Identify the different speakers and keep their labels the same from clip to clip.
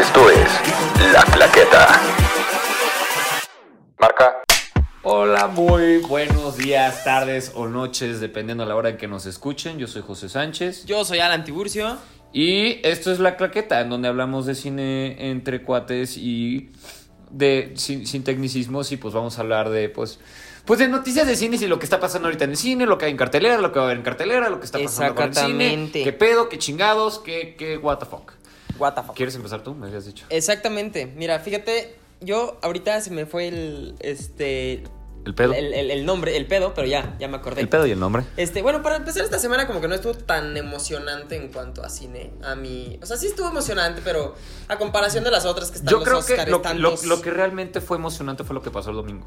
Speaker 1: Esto es La Claqueta. Marca.
Speaker 2: Hola, muy buenos días, tardes o noches, dependiendo a la hora en que nos escuchen. Yo soy José Sánchez.
Speaker 3: Yo soy Alan Tiburcio.
Speaker 2: Y esto es La Claqueta, en donde hablamos de cine entre cuates y de sin, sin tecnicismos y pues vamos a hablar de pues pues de noticias de cine y lo que está pasando ahorita en el cine, lo que hay en cartelera, lo que va a haber en cartelera, lo que está pasando con el cine,
Speaker 3: Exactamente.
Speaker 2: qué pedo, qué chingados, qué qué what the fuck.
Speaker 3: What the fuck.
Speaker 2: ¿Quieres empezar tú? Me habías dicho.
Speaker 3: Exactamente. Mira, fíjate, yo ahorita se me fue el. Este.
Speaker 2: El pedo.
Speaker 3: El, el- el nombre, el pedo, pero ya, ya me acordé.
Speaker 2: El pedo y el nombre.
Speaker 3: Este, bueno, para empezar esta semana como que no estuvo tan emocionante en cuanto a cine, a mí. O sea, sí estuvo emocionante, pero a comparación de las otras que están
Speaker 2: Yo
Speaker 3: los
Speaker 2: creo que
Speaker 3: Óscares,
Speaker 2: lo,
Speaker 3: están
Speaker 2: lo-
Speaker 3: los-
Speaker 2: lo que realmente fue emocionante fue lo que pasó el domingo,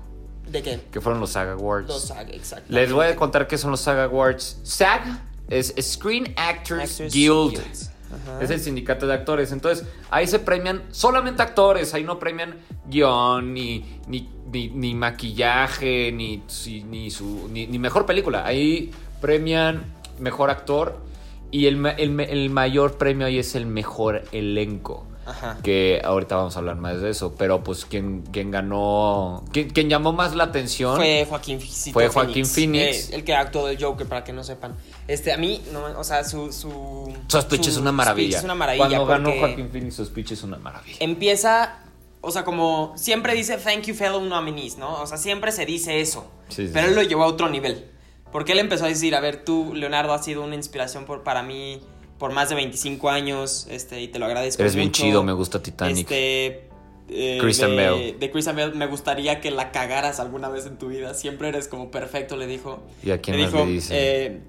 Speaker 3: ¿De qué?
Speaker 2: que fueron los SAG Awards.
Speaker 3: Los SAG, exacto.
Speaker 2: Les voy a contar qué son los SAG Awards. SAG es Screen Actors,
Speaker 3: Actors Ah.
Speaker 2: Guild.
Speaker 3: Guilds. Ajá.
Speaker 2: Es el sindicato de actores. Entonces, ahí se premian solamente actores. Ahí no premian guión, ni, ni, ni- ni maquillaje, ni, si- ni, su, ni, ni mejor película. Ahí premian mejor actor. Y el, ma- el me- el mayor premio ahí es el mejor elenco.
Speaker 3: Ajá.
Speaker 2: Que ahorita vamos a hablar más de eso. Pero pues quien, quien ganó. Quien, quien llamó más la atención.
Speaker 3: Fue Joaquín Phoenix.
Speaker 2: Fue Joaquín Phoenix.
Speaker 3: eh, el que actuó del Joker, para que no sepan. Este, a mí, no, o sea, su. Su,
Speaker 2: Su speech
Speaker 3: su
Speaker 2: es una maravilla.
Speaker 3: speech es una maravilla.
Speaker 2: Cuando ganó
Speaker 3: porque
Speaker 2: Joaquín Phoenix, su speech es una maravilla.
Speaker 3: Empieza, o sea, como siempre dice thank you fellow nominees, ¿no? O sea, siempre se dice eso.
Speaker 2: Sí, sí,
Speaker 3: pero
Speaker 2: sí.
Speaker 3: él lo llevó a otro nivel. Porque él empezó a decir, a ver, tú, Leonardo, has sido una inspiración por, para mí por más de 25 años, este, y te lo agradezco.
Speaker 2: Eres bien
Speaker 3: mucho.
Speaker 2: chido, me gusta Titanic.
Speaker 3: Este. eh,
Speaker 2: Christian
Speaker 3: de,
Speaker 2: Bale.
Speaker 3: De Christian Bale, me gustaría que la cagaras alguna vez en tu vida. Siempre eres como perfecto, le dijo.
Speaker 2: ¿Y a quién
Speaker 3: le
Speaker 2: más
Speaker 3: dijo,
Speaker 2: le dice?
Speaker 3: eh,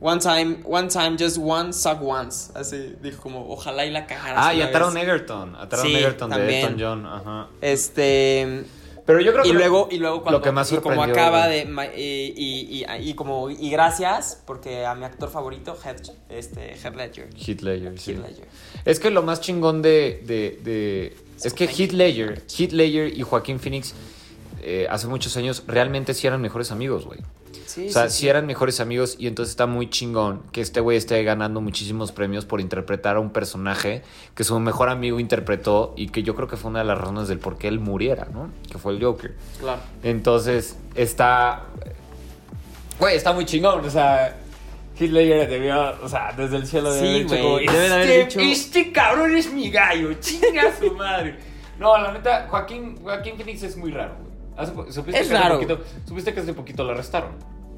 Speaker 3: one time, one time, just one, suck once. Así dijo como, ojalá y la cagaras.
Speaker 2: Ah, y
Speaker 3: una
Speaker 2: ataron
Speaker 3: vez.
Speaker 2: Egerton. Ataron
Speaker 3: Sí,
Speaker 2: Egerton de
Speaker 3: también.
Speaker 2: Elton John. Ajá.
Speaker 3: Este.
Speaker 2: Pero yo creo
Speaker 3: Y
Speaker 2: que.
Speaker 3: luego, y luego cuando.
Speaker 2: lo que más
Speaker 3: y como
Speaker 2: sorprendió-
Speaker 3: acaba de. ma- Y, y, y- y como. Y gracias, porque a mi actor favorito, Heath, este, Heath Ledger.
Speaker 2: Heath Ledger, sí.
Speaker 3: Heath Ledger.
Speaker 2: Es que lo más chingón de. de- de- es que Heath Ledger, Heath Ledger y Joaquín Phoenix eh, hace muchos años realmente sí eran mejores amigos, güey.
Speaker 3: Sí,
Speaker 2: o sea,
Speaker 3: sí,
Speaker 2: sí,
Speaker 3: sí.
Speaker 2: eran mejores amigos y entonces está muy chingón que este güey esté ganando muchísimos premios por interpretar a un personaje que su mejor amigo interpretó y que yo creo que fue una de las razones del por qué él muriera, ¿no? Que fue el Joker.
Speaker 3: Claro.
Speaker 2: Entonces, está. Güey, está muy chingón. O sea, Hitler debió. O sea, desde el cielo
Speaker 3: Sí,
Speaker 2: debe haber dicho
Speaker 3: güey,
Speaker 2: como,
Speaker 3: deben haber
Speaker 2: "Este-
Speaker 3: dicho-
Speaker 2: Este cabrón es mi gallo, chinga su madre. No, la neta, Joaquín, Joaquín Phoenix es muy raro, güey. Hace po- supiste
Speaker 3: Es
Speaker 2: que hace
Speaker 3: raro.
Speaker 2: poquito- supiste que hace poquito lo arrestaron.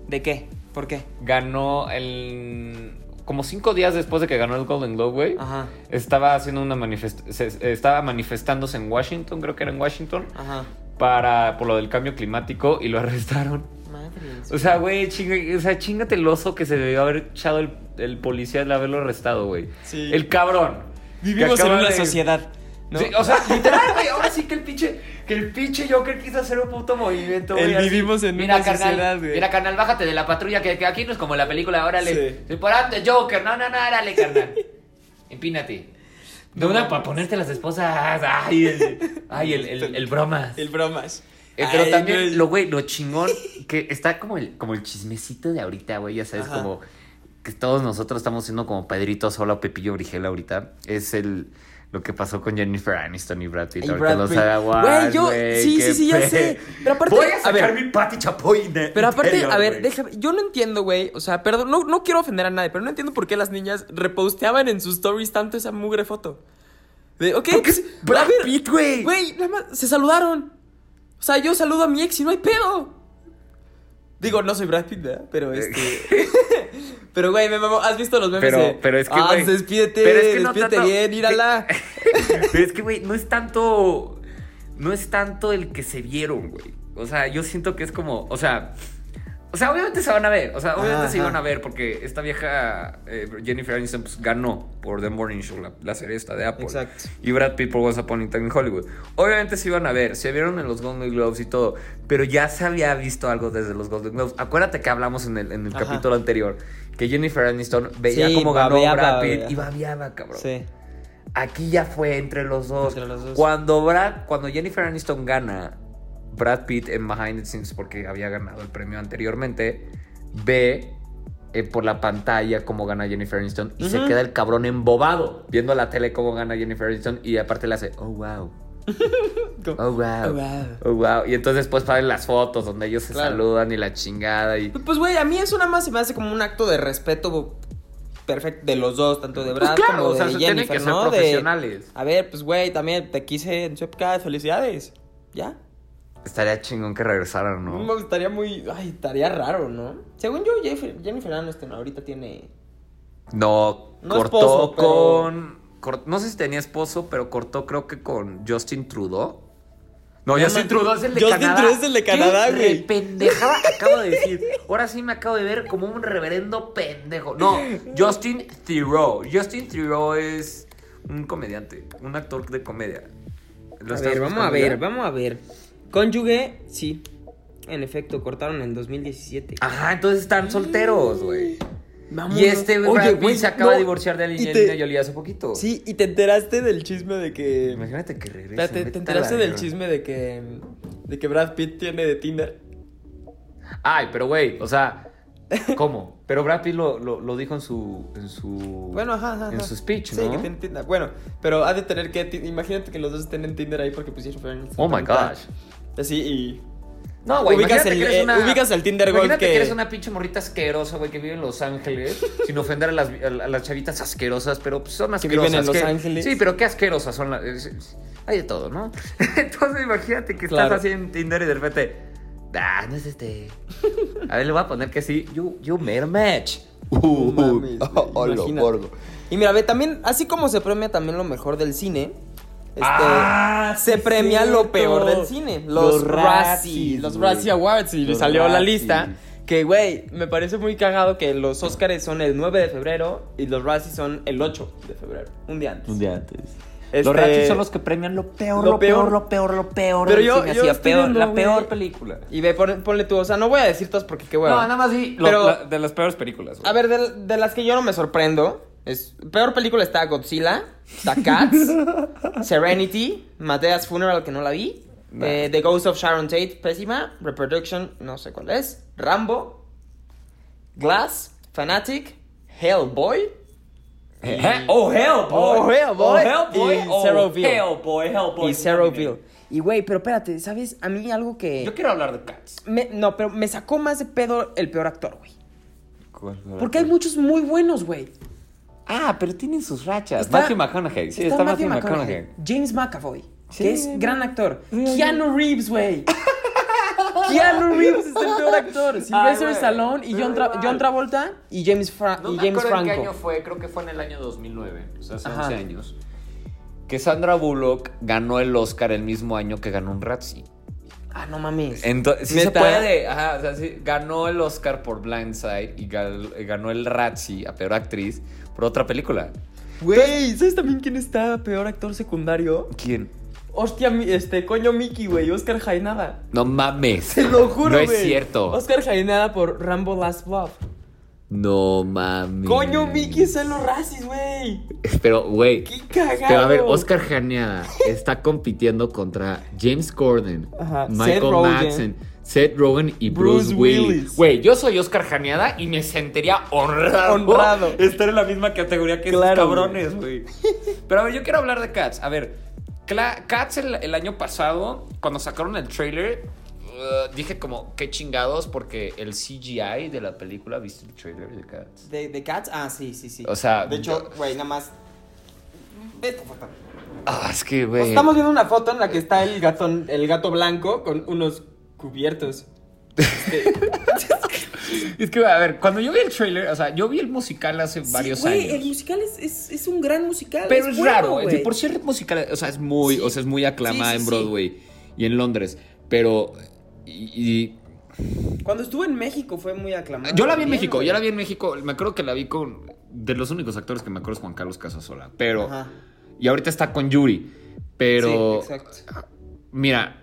Speaker 3: ¿De qué? ¿Por qué?
Speaker 2: Ganó el. Como cinco días después de que ganó el Golden Globe, güey.
Speaker 3: Ajá.
Speaker 2: Estaba haciendo una manifest- se- estaba manifestándose en Washington, creo que era en Washington
Speaker 3: Ajá.
Speaker 2: para por lo del cambio climático y lo arrestaron.
Speaker 3: Madre.
Speaker 2: O sea, güey, chinga, o sea, chingate el oso que se debió haber echado el, el policía al haberlo arrestado, güey.
Speaker 3: Sí.
Speaker 2: El cabrón.
Speaker 3: Vivimos
Speaker 2: Que
Speaker 3: en
Speaker 2: acaba
Speaker 3: una
Speaker 2: de-
Speaker 3: sociedad. ¿no?
Speaker 2: Sí, o sea, literal, güey, ahora sí que el pinche que el pinche Joker quiso hacer un puto movimiento, güey.
Speaker 3: El
Speaker 2: así.
Speaker 3: vivimos en
Speaker 2: Mira,
Speaker 3: una
Speaker 2: carnal,
Speaker 3: sociedad, güey.
Speaker 2: Mira, carnal, bájate de la patrulla que, que aquí no es como la película, órale.
Speaker 3: Sí.
Speaker 2: Sí. Por antes, Joker, no, no, no, órale, carnal. Empínate. De una para ponerte las esposas. Ay, el, ay, el, el, el bromas.
Speaker 3: El bromas.
Speaker 2: Eh, pero
Speaker 3: Ay,
Speaker 2: también,
Speaker 3: güey.
Speaker 2: lo güey, lo chingón, que está como el, como el chismecito de ahorita, güey, ya sabes,
Speaker 3: Ajá.
Speaker 2: como que todos nosotros estamos siendo como Pedrito Sola o Pepillo Brigel ahorita, es el... Lo que pasó con Jennifer Aniston y Brad Pitt.
Speaker 3: Y
Speaker 2: ahorita
Speaker 3: Brad
Speaker 2: los
Speaker 3: Pitt.
Speaker 2: Awards,
Speaker 3: Güey, yo- sí,
Speaker 2: qué
Speaker 3: sí, sí, ya
Speaker 2: fe.
Speaker 3: sé. Pero aparte,
Speaker 2: Voy a
Speaker 3: a
Speaker 2: sacar
Speaker 3: ver.
Speaker 2: mi Pati Chapoy. de-
Speaker 3: Pero aparte,
Speaker 2: interior,
Speaker 3: a ver,
Speaker 2: güey.
Speaker 3: déjame, yo no entiendo, güey. O sea, perdón, no, no quiero ofender a nadie, pero no entiendo por qué las niñas reposteaban en sus stories tanto esa mugre foto. De, ok,
Speaker 2: Porque es Brad
Speaker 3: a ver,
Speaker 2: Pitt, güey.
Speaker 3: Güey, nada más se saludaron. O sea, yo saludo a mi ex y no hay pedo. Digo, no soy Brad Pitt, ¿verdad? Pero este. pero, güey, me mamó. ¿Has visto los memes?
Speaker 2: Pero-
Speaker 3: de,
Speaker 2: pero es que,
Speaker 3: "Ah,
Speaker 2: güey,
Speaker 3: despídete,
Speaker 2: pero es que no
Speaker 3: despídete
Speaker 2: tanto-
Speaker 3: bien, írala.
Speaker 2: Pero es que, güey, no es tanto. No es tanto el que se vieron, güey. O sea, yo siento que es como. O sea. O sea, obviamente se van a ver. O sea, obviamente se
Speaker 3: Ah, Ajá.
Speaker 2: iban a ver porque esta vieja eh, Jennifer Aniston pues, ganó por The Morning Show, la, la serie esta de Apple.
Speaker 3: Exacto.
Speaker 2: Y Brad Pitt por Once Upon a Time in Hollywood. Obviamente se iban a ver. Se vieron en los Golden Globes y todo. Pero ya se había visto algo desde los Golden Globes. Acuérdate que hablamos en el, en el
Speaker 3: Ajá.
Speaker 2: capítulo anterior que Jennifer Aniston veía
Speaker 3: Sí,
Speaker 2: cómo ganó
Speaker 3: babeaba,
Speaker 2: Brad Pitt
Speaker 3: babeaba.
Speaker 2: y babeaba, cabrón. Aquí ya fue entre los dos.
Speaker 3: Entre los dos.
Speaker 2: Cuando Brad, cuando Jennifer Aniston gana, Brad Pitt en Behind the Scenes porque había ganado el premio anteriormente, ve eh, por la pantalla cómo gana Jennifer Aniston y se queda el cabrón embobado viendo la tele cómo gana Jennifer Aniston y aparte le hace, oh wow.
Speaker 3: Como-
Speaker 2: Oh wow.
Speaker 3: Oh, wow.
Speaker 2: Oh, wow. Y entonces pues salen las fotos donde ellos se
Speaker 3: Claro.
Speaker 2: saludan y la chingada y
Speaker 3: Pues, güey, a mí eso nada más se me hace como un acto de respeto perfecto de los dos, tanto de
Speaker 2: Pues
Speaker 3: Brad
Speaker 2: claro,
Speaker 3: como
Speaker 2: o sea,
Speaker 3: de
Speaker 2: se tienen
Speaker 3: Jennifer,
Speaker 2: que ser
Speaker 3: ¿no? De-
Speaker 2: profesionales.
Speaker 3: a ver, pues, güey, también te quise en su época, felicidades. ¿Ya?
Speaker 2: estaría chingón que regresaran, ¿no?
Speaker 3: Mm, Estaría muy... Ay, estaría raro, ¿no? Según yo, Jennifer, Jennifer Aniston ahorita tiene...
Speaker 2: No,
Speaker 3: No
Speaker 2: cortó
Speaker 3: esposo, pero-
Speaker 2: con. cor- no sé si tenía esposo, pero cortó creo que con Justin Trudeau. No,
Speaker 3: No
Speaker 2: Justin
Speaker 3: mames,
Speaker 2: Trudeau es el de
Speaker 3: Justin
Speaker 2: Canadá.
Speaker 3: Trudeau es el de
Speaker 2: ¿Qué
Speaker 3: Canadá, güey?
Speaker 2: re pendejada acabo de decir. Ahora sí me acabo de ver como un reverendo pendejo. No, Justin Trudeau. Justin Trudeau es un comediante, un actor de comedia. ¿Lo
Speaker 3: a
Speaker 2: estás
Speaker 3: ver, vamos
Speaker 2: buscando
Speaker 3: a ver,
Speaker 2: ya?
Speaker 3: vamos a ver. Cónyuge, sí. En efecto, cortaron en 2017.
Speaker 2: Ajá, entonces están solteros, güey.
Speaker 3: Vámonos.
Speaker 2: Y este
Speaker 3: Oye,
Speaker 2: Brad Pitt
Speaker 3: güey,
Speaker 2: se acaba
Speaker 3: no.
Speaker 2: de divorciar de
Speaker 3: Y te-
Speaker 2: Angelina Jolie hace poquito.
Speaker 3: Sí, y te enteraste del chisme de que...
Speaker 2: Imagínate que regrese.
Speaker 3: Espérate, ¿te enteraste del chisme de que, de que Brad Pitt tiene de Tinder?
Speaker 2: Ay, pero güey, o sea, ¿cómo? Pero Brad Pitt lo, lo, lo dijo en su, en su.
Speaker 3: Bueno, ajá, ajá.
Speaker 2: En
Speaker 3: ajá.
Speaker 2: su speech,
Speaker 3: Sí,
Speaker 2: ¿no?
Speaker 3: que tiene Tinder. Bueno, pero ha de tener que. ti- Imagínate que los dos estén en Tinder ahí porque pues, pusieron. Friends.
Speaker 2: Oh my gosh.
Speaker 3: Así y.
Speaker 2: No, güey,
Speaker 3: Ubicas
Speaker 2: imagínate
Speaker 3: el-
Speaker 2: que eres
Speaker 3: eh,
Speaker 2: una.
Speaker 3: ubicas el Tinder Gold
Speaker 2: Imagínate que...
Speaker 3: que-
Speaker 2: eres una pinche morrita asquerosa, güey, que vive en Los Ángeles. sin ofender a las, a las chavitas asquerosas, pero pues, son
Speaker 3: Que viven
Speaker 2: asquerosas.
Speaker 3: en Los
Speaker 2: que-
Speaker 3: Ángeles.
Speaker 2: Sí, pero qué asquerosas son las. es- es- Hay de todo, ¿no? Entonces, imagínate que
Speaker 3: Claro.
Speaker 2: estás así en Tinder y de repente. Ah, no es este. A ver, le voy a poner que sí. You, you made a match. Uh,
Speaker 3: no mames, güey,
Speaker 2: oh,
Speaker 3: imagínate. Y mira, ve, también. Así como se premia también lo mejor del cine. Este,
Speaker 2: Ah,
Speaker 3: se
Speaker 2: sí,
Speaker 3: premia
Speaker 2: cierto.
Speaker 3: lo peor del cine. Los,
Speaker 2: Los
Speaker 3: Razzie.
Speaker 2: Razzies,
Speaker 3: Los
Speaker 2: güey.
Speaker 3: Razzie Awards. Y
Speaker 2: Los
Speaker 3: salió la
Speaker 2: Razzies.
Speaker 3: lista. Que, güey, me parece muy cagado que los Oscars son el 9 de febrero y los Razzies son el 8 de febrero. Un día antes.
Speaker 2: antes.
Speaker 3: Este-
Speaker 2: Los Razzies son los que premian lo peor,
Speaker 3: lo
Speaker 2: lo,
Speaker 3: peor.
Speaker 2: peor, lo peor, lo peor.
Speaker 3: Pero
Speaker 2: del
Speaker 3: yo-
Speaker 2: cine,
Speaker 3: yo
Speaker 2: así, a
Speaker 3: estoy
Speaker 2: peor-
Speaker 3: viendo,
Speaker 2: la
Speaker 3: güey.
Speaker 2: peor película.
Speaker 3: Y ve, pon- ponle tú, o sea, no voy a decir todas porque qué hueva.
Speaker 2: No, nada más di lo-
Speaker 3: Pero-
Speaker 2: la- de las peores películas. güey.
Speaker 3: A ver, de, de las que yo no me sorprendo, es peor película está Godzilla, está Cats, Serenity, Matea's Funeral que no la vi,
Speaker 2: Nah.
Speaker 3: eh, The Ghost of Sharon Tate, pésima, Reproduction, no sé cuál es, Rambo, Glass, Fanatic, Hellboy,
Speaker 2: ¿Eh? Oh, Hellboy.
Speaker 3: Oh, Hellboy. Y
Speaker 2: Oh,
Speaker 3: Zeroville.
Speaker 2: Hellboy, Hellboy.
Speaker 3: y Zeroville. Y güey, pero espérate, ¿sabes? A mí algo que...
Speaker 2: Yo quiero hablar de Cats.
Speaker 3: me- no, pero me sacó más de pedo el peor actor, güey. Porque hay muchos muy buenos, güey.
Speaker 2: Ah, pero tienen sus rachas.
Speaker 3: Está-
Speaker 2: Matthew McConaughey. Sí, está, Matthew McConaughey.
Speaker 3: James McAvoy,
Speaker 2: Sí,
Speaker 3: que es
Speaker 2: no.
Speaker 3: gran actor.
Speaker 2: Sí.
Speaker 3: Keanu Reeves, güey. Keanu Reeves es el peor actor. Sylvester
Speaker 2: güey.
Speaker 3: Stallone y
Speaker 2: Pero
Speaker 3: John, Tra-
Speaker 2: igual.
Speaker 3: John Travolta y James, Fra-
Speaker 2: No
Speaker 3: y
Speaker 2: me
Speaker 3: James
Speaker 2: acuerdo en qué
Speaker 3: Franco.
Speaker 2: año fue, creo que fue en el año 2009, o sea, hace
Speaker 3: Ajá.
Speaker 2: 11 años. Que Sandra Bullock ganó el Oscar el mismo año que ganó un Razzie.
Speaker 3: Ah, no mames.
Speaker 2: Entonces, sí se
Speaker 3: Neta.
Speaker 2: puede. Ajá, o sea, sí, ganó el Oscar por Blindside y gal- ganó el Razzie a peor actriz por otra película.
Speaker 3: Güey, ¿sabes también quién está peor actor secundario?
Speaker 2: ¿Quién?
Speaker 3: Hostia, mi- este, coño Mickey, güey, Oscar Jainada.
Speaker 2: No mames.
Speaker 3: Te lo juro,
Speaker 2: No
Speaker 3: güey.
Speaker 2: es cierto.
Speaker 3: Oscar Jainada por Rambo Last Love.
Speaker 2: No mames.
Speaker 3: Coño Mickey, son los racis, güey.
Speaker 2: Pero, güey.
Speaker 3: Qué cagado.
Speaker 2: Pero a ver, Oscar Janeada está compitiendo contra James Corden,
Speaker 3: Ajá, Seth
Speaker 2: Michael
Speaker 3: Rogen.
Speaker 2: Madsen, Seth Rogen y Bruce,
Speaker 3: Bruce
Speaker 2: Willis.
Speaker 3: Willis.
Speaker 2: Güey, yo soy Oscar Janeada y me sentiría honrado,
Speaker 3: Honrado.
Speaker 2: estar en la misma categoría que
Speaker 3: Claro,
Speaker 2: esos cabrones, güey. Pero a ver, yo quiero hablar de Cats. A ver, Cla- Cats el, el año pasado, cuando sacaron el trailer, uh, dije como, qué chingados, porque el CGI de la película, ¿viste el trailer de Cats?
Speaker 3: ¿De, de Cats? Ah, sí, sí, sí.
Speaker 2: O sea,
Speaker 3: De
Speaker 2: yo-
Speaker 3: hecho, güey, nada más. Ve esta foto.
Speaker 2: Ah, es que,
Speaker 3: Pues
Speaker 2: güey.
Speaker 3: estamos viendo una foto en la que está el gato, el gato blanco con unos cubiertos.
Speaker 2: Es que, a ver, cuando yo vi el trailer, o sea, yo vi el musical hace varios años.
Speaker 3: musical es, un gran musical.
Speaker 2: Pero es, raro, de por sí el musical, o sea, es muy, o sea, es muy aclamada
Speaker 3: Sí, sí,
Speaker 2: en
Speaker 3: sí.
Speaker 2: Broadway y en Londres. Pero. y-
Speaker 3: Cuando estuvo en México fue muy
Speaker 2: y-
Speaker 3: aclamado.
Speaker 2: yo la vi en México, yo la vi en México. Me acuerdo que la vi con. De los únicos actores que me acuerdo es Juan Carlos Casasola. Pero.
Speaker 3: Ajá.
Speaker 2: Y ahorita está con Yuri. Pero.
Speaker 3: Sí, exacto.
Speaker 2: Mira,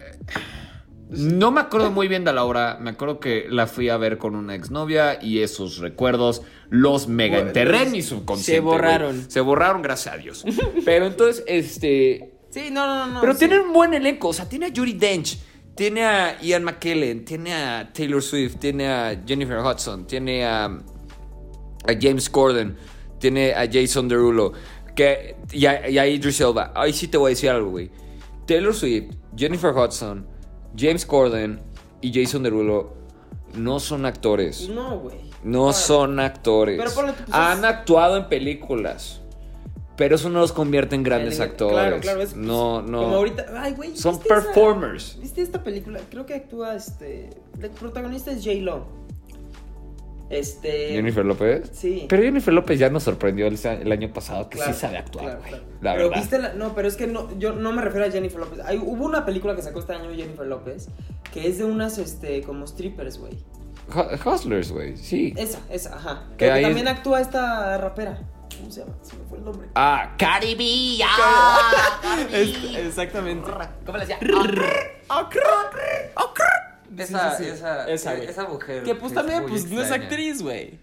Speaker 3: Pues
Speaker 2: no me acuerdo muy bien de la hora. Me acuerdo que la fui a ver con una exnovia y esos recuerdos los mega enterré en mi subconsciente.
Speaker 3: Pues, Se borraron.
Speaker 2: güey. Se borraron, gracias a Dios. Pero entonces, este.
Speaker 3: Sí, no, no, no.
Speaker 2: Pero
Speaker 3: sí.
Speaker 2: tienen un buen elenco. O sea, tiene a Yuri Dench, tiene a Ian McKellen, tiene a Taylor Swift, tiene a Jennifer Hudson, tiene a. a James Corden, tiene a Jason Derulo, que, y, a, y a Idris Elba. Ahí sí te voy a decir algo, güey. Taylor Swift, Jennifer Hudson, James Corden y Jason Derulo no son actores.
Speaker 3: No, güey.
Speaker 2: No son actores.
Speaker 3: Pero ponle tú, pues,
Speaker 2: Han
Speaker 3: es-
Speaker 2: actuado en películas. Pero eso no los convierte en grandes
Speaker 3: Claro,
Speaker 2: actores.
Speaker 3: Claro, claro. Es,
Speaker 2: no,
Speaker 3: pues,
Speaker 2: no.
Speaker 3: Como ahorita. Ay, güey.
Speaker 2: Son
Speaker 3: ¿viste esa-
Speaker 2: performers.
Speaker 3: ¿Viste esta película? Creo que actúa este. El protagonista es J-Lo. Este.
Speaker 2: Eh, Jennifer López.
Speaker 3: Sí.
Speaker 2: Pero Jennifer López ya nos sorprendió el, sa- el año pasado que
Speaker 3: Claro,
Speaker 2: sí sabe actuar,
Speaker 3: claro,
Speaker 2: güey.
Speaker 3: claro.
Speaker 2: La
Speaker 3: pero
Speaker 2: verdad.
Speaker 3: viste la- no, pero es que no, yo no me refiero a Jennifer López. Hay- hubo una película que sacó este año Jennifer López que es de unas este como strippers, güey.
Speaker 2: Hu- Hustlers, güey. Sí.
Speaker 3: Esa, esa, ajá. Pero
Speaker 2: Que
Speaker 3: Que
Speaker 2: ahí es-
Speaker 3: también actúa esta rapera. ¿Cómo se llama? Se me fue el nombre.
Speaker 2: Ah, Cardi B. ah.
Speaker 3: Este, exactamente.
Speaker 4: ¿Cómo le decía?
Speaker 3: Esa,
Speaker 4: Esa, esa,
Speaker 3: esa,
Speaker 4: esa,
Speaker 3: güey.
Speaker 4: mujer.
Speaker 3: Que pues
Speaker 4: es
Speaker 3: también
Speaker 4: muy
Speaker 3: pues no es
Speaker 4: extraña.
Speaker 3: actriz, güey.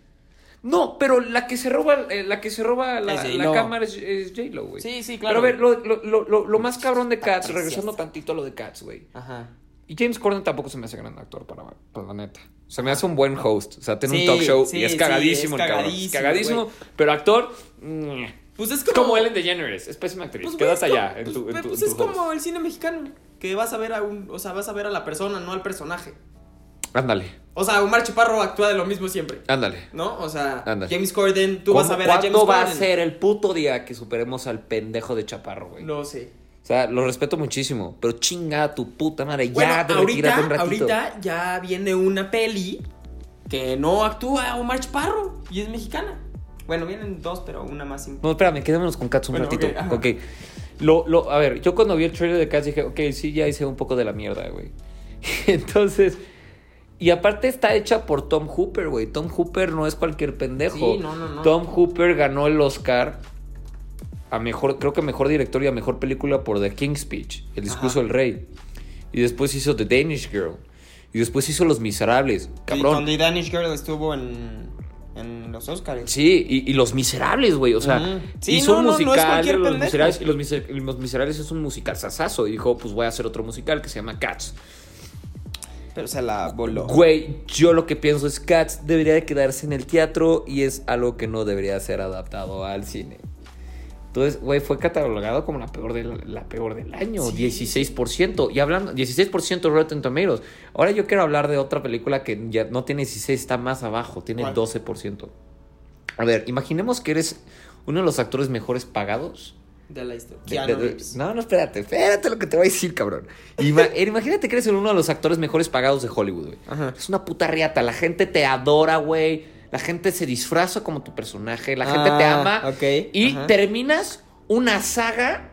Speaker 2: No, pero la que se roba, eh, la que se roba la,
Speaker 3: Es
Speaker 2: la
Speaker 3: J.Lo.
Speaker 2: cámara es, es J-Lo, güey.
Speaker 3: Sí, sí, claro.
Speaker 2: Pero a ver, lo, lo- lo- lo- lo más cabrón de Cats,
Speaker 3: Patricia.
Speaker 2: regresando tantito a lo de Cats, güey.
Speaker 3: Ajá.
Speaker 2: Y James Corden tampoco se me hace gran actor para, para la neta. Se me hace un buen host. O sea, tiene
Speaker 3: Sí,
Speaker 2: un talk show
Speaker 3: sí,
Speaker 2: y es
Speaker 3: sí,
Speaker 2: cagadísimo,
Speaker 3: es
Speaker 2: el cabrón.
Speaker 3: cagadísimo,
Speaker 2: Es cagadísimo,
Speaker 3: güey.
Speaker 2: pero actor. mm,
Speaker 3: Pues es
Speaker 2: es
Speaker 3: como,
Speaker 2: como Ellen DeGeneres, es pésima actriz.
Speaker 3: Pues, güey,
Speaker 2: Quedas
Speaker 3: es como-
Speaker 2: allá en
Speaker 3: pues,
Speaker 2: tu, en
Speaker 3: pues,
Speaker 2: tu-
Speaker 3: pues
Speaker 2: en
Speaker 3: es
Speaker 2: tu host.
Speaker 3: como el cine mexicano, que vas a ver a un, o sea, vas a ver a la persona, no al personaje.
Speaker 2: Ándale,
Speaker 3: O sea, Omar Chaparro actúa de lo mismo siempre.
Speaker 2: ándale.
Speaker 3: ¿No? O sea,
Speaker 2: Ah. Ándale.
Speaker 3: James Corden, tú vas a
Speaker 2: ¿Cómo-
Speaker 3: ver a James
Speaker 2: ¿Cuándo va a
Speaker 3: Corden.
Speaker 2: ser el puto día que superemos al pendejo de Chaparro, güey?
Speaker 3: No sé.
Speaker 2: O sea, lo respeto muchísimo, pero chinga a tu puta madre,
Speaker 3: Bueno,
Speaker 2: ya te
Speaker 3: ahorita,
Speaker 2: retírate un ratito.
Speaker 3: ahorita ya viene una peli que no actúa Omar Chaparro y es mexicana. Bueno, vienen dos, pero una más importante.
Speaker 2: No, espérame, quedémonos con Cats un
Speaker 3: Bueno,
Speaker 2: ratito.
Speaker 3: ok, ajá.
Speaker 2: Ok. Lo, lo, a ver, yo cuando vi el trailer de Cats dije, ok, sí, ya hice un poco de la mierda, güey. Entonces, y aparte está hecha por Tom Hooper, güey. Tom Hooper no es cualquier pendejo.
Speaker 3: Sí, no, no, no.
Speaker 2: Tom Hooper ganó el Oscar a mejor, creo que a mejor director y a mejor película por The King's Speech, El discurso
Speaker 3: Ajá.
Speaker 2: del rey. Y después hizo The Danish Girl. Y después hizo Los Miserables. Cabrón.
Speaker 3: Donde Danish Girl estuvo en, en los Oscars.
Speaker 2: Sí, y, y Los Miserables, güey. O sea,
Speaker 3: Ujú. Sí,
Speaker 2: hizo
Speaker 3: no,
Speaker 2: un
Speaker 3: no, no es
Speaker 2: musical.
Speaker 3: cualquier
Speaker 2: los,
Speaker 3: pendejo.
Speaker 2: miserables, y los, Miser- y Los Miserables es un musical sasazo. Y dijo, pues voy a hacer otro musical que se llama Cats.
Speaker 3: Pero se la voló.
Speaker 2: Güey, yo lo que pienso es Cats debería de quedarse en el teatro y es algo que no debería ser adaptado al cine. Entonces, güey, fue catalogado como la peor del, la peor del año, 16%. Y hablando, 16% Rotten Tomatoes. Ahora yo quiero hablar de otra película que ya no tiene 16, está más abajo, tiene
Speaker 3: ¿Cuál?
Speaker 2: 12%. A ver, imaginemos que eres uno de los actores mejores pagados.
Speaker 3: De la historia.
Speaker 2: De-
Speaker 3: Keanu
Speaker 2: de- de-
Speaker 3: Reeves.
Speaker 2: no, no, espérate, espérate lo que te voy a decir, cabrón. Ima- imagínate que eres uno de los actores mejores pagados de Hollywood, güey.
Speaker 3: Ajá.
Speaker 2: Es una puta riata, la gente te adora, güey. La gente se disfraza como tu personaje, la gente te
Speaker 3: Ah,
Speaker 2: ama.
Speaker 3: ok,
Speaker 2: Y
Speaker 3: ajá.
Speaker 2: terminas una saga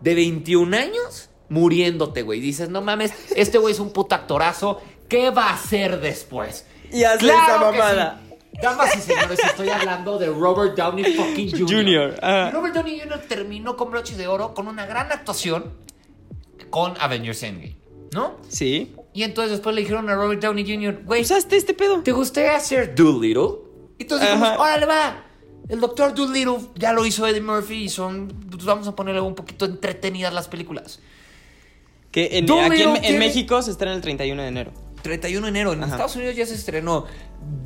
Speaker 2: de 21 años muriéndote, güey. Dices, no mames, este güey es un puto actorazo. ¿Qué va a hacer después?
Speaker 3: Y hace esa
Speaker 2: ¡Claro que
Speaker 3: mamada.
Speaker 2: sí! Damas y señores, estoy hablando de Robert Downey fucking Jr.
Speaker 3: Junior, ah. ajá.
Speaker 2: Y Robert Downey Jr. terminó con broches de oro con una gran actuación con Avengers Endgame, ¿no?
Speaker 3: Sí.
Speaker 2: Y entonces después le dijeron a Robert Downey Jr., güey,
Speaker 3: ¿Usaste este pedo?
Speaker 2: ¿te gustaría hacer Doolittle? Y entonces dijimos,
Speaker 3: Ajá.
Speaker 2: órale, va. El doctor Doolittle ya lo hizo Eddie Murphy y son. pues, Vamos a ponerle un poquito entretenidas las películas.
Speaker 3: Que en,
Speaker 2: Doolittle
Speaker 3: aquí en, en
Speaker 2: tiene-
Speaker 3: México se estrena el 31 de enero.
Speaker 2: 31 de enero, en
Speaker 3: Ajá.
Speaker 2: Estados Unidos ya se estrenó.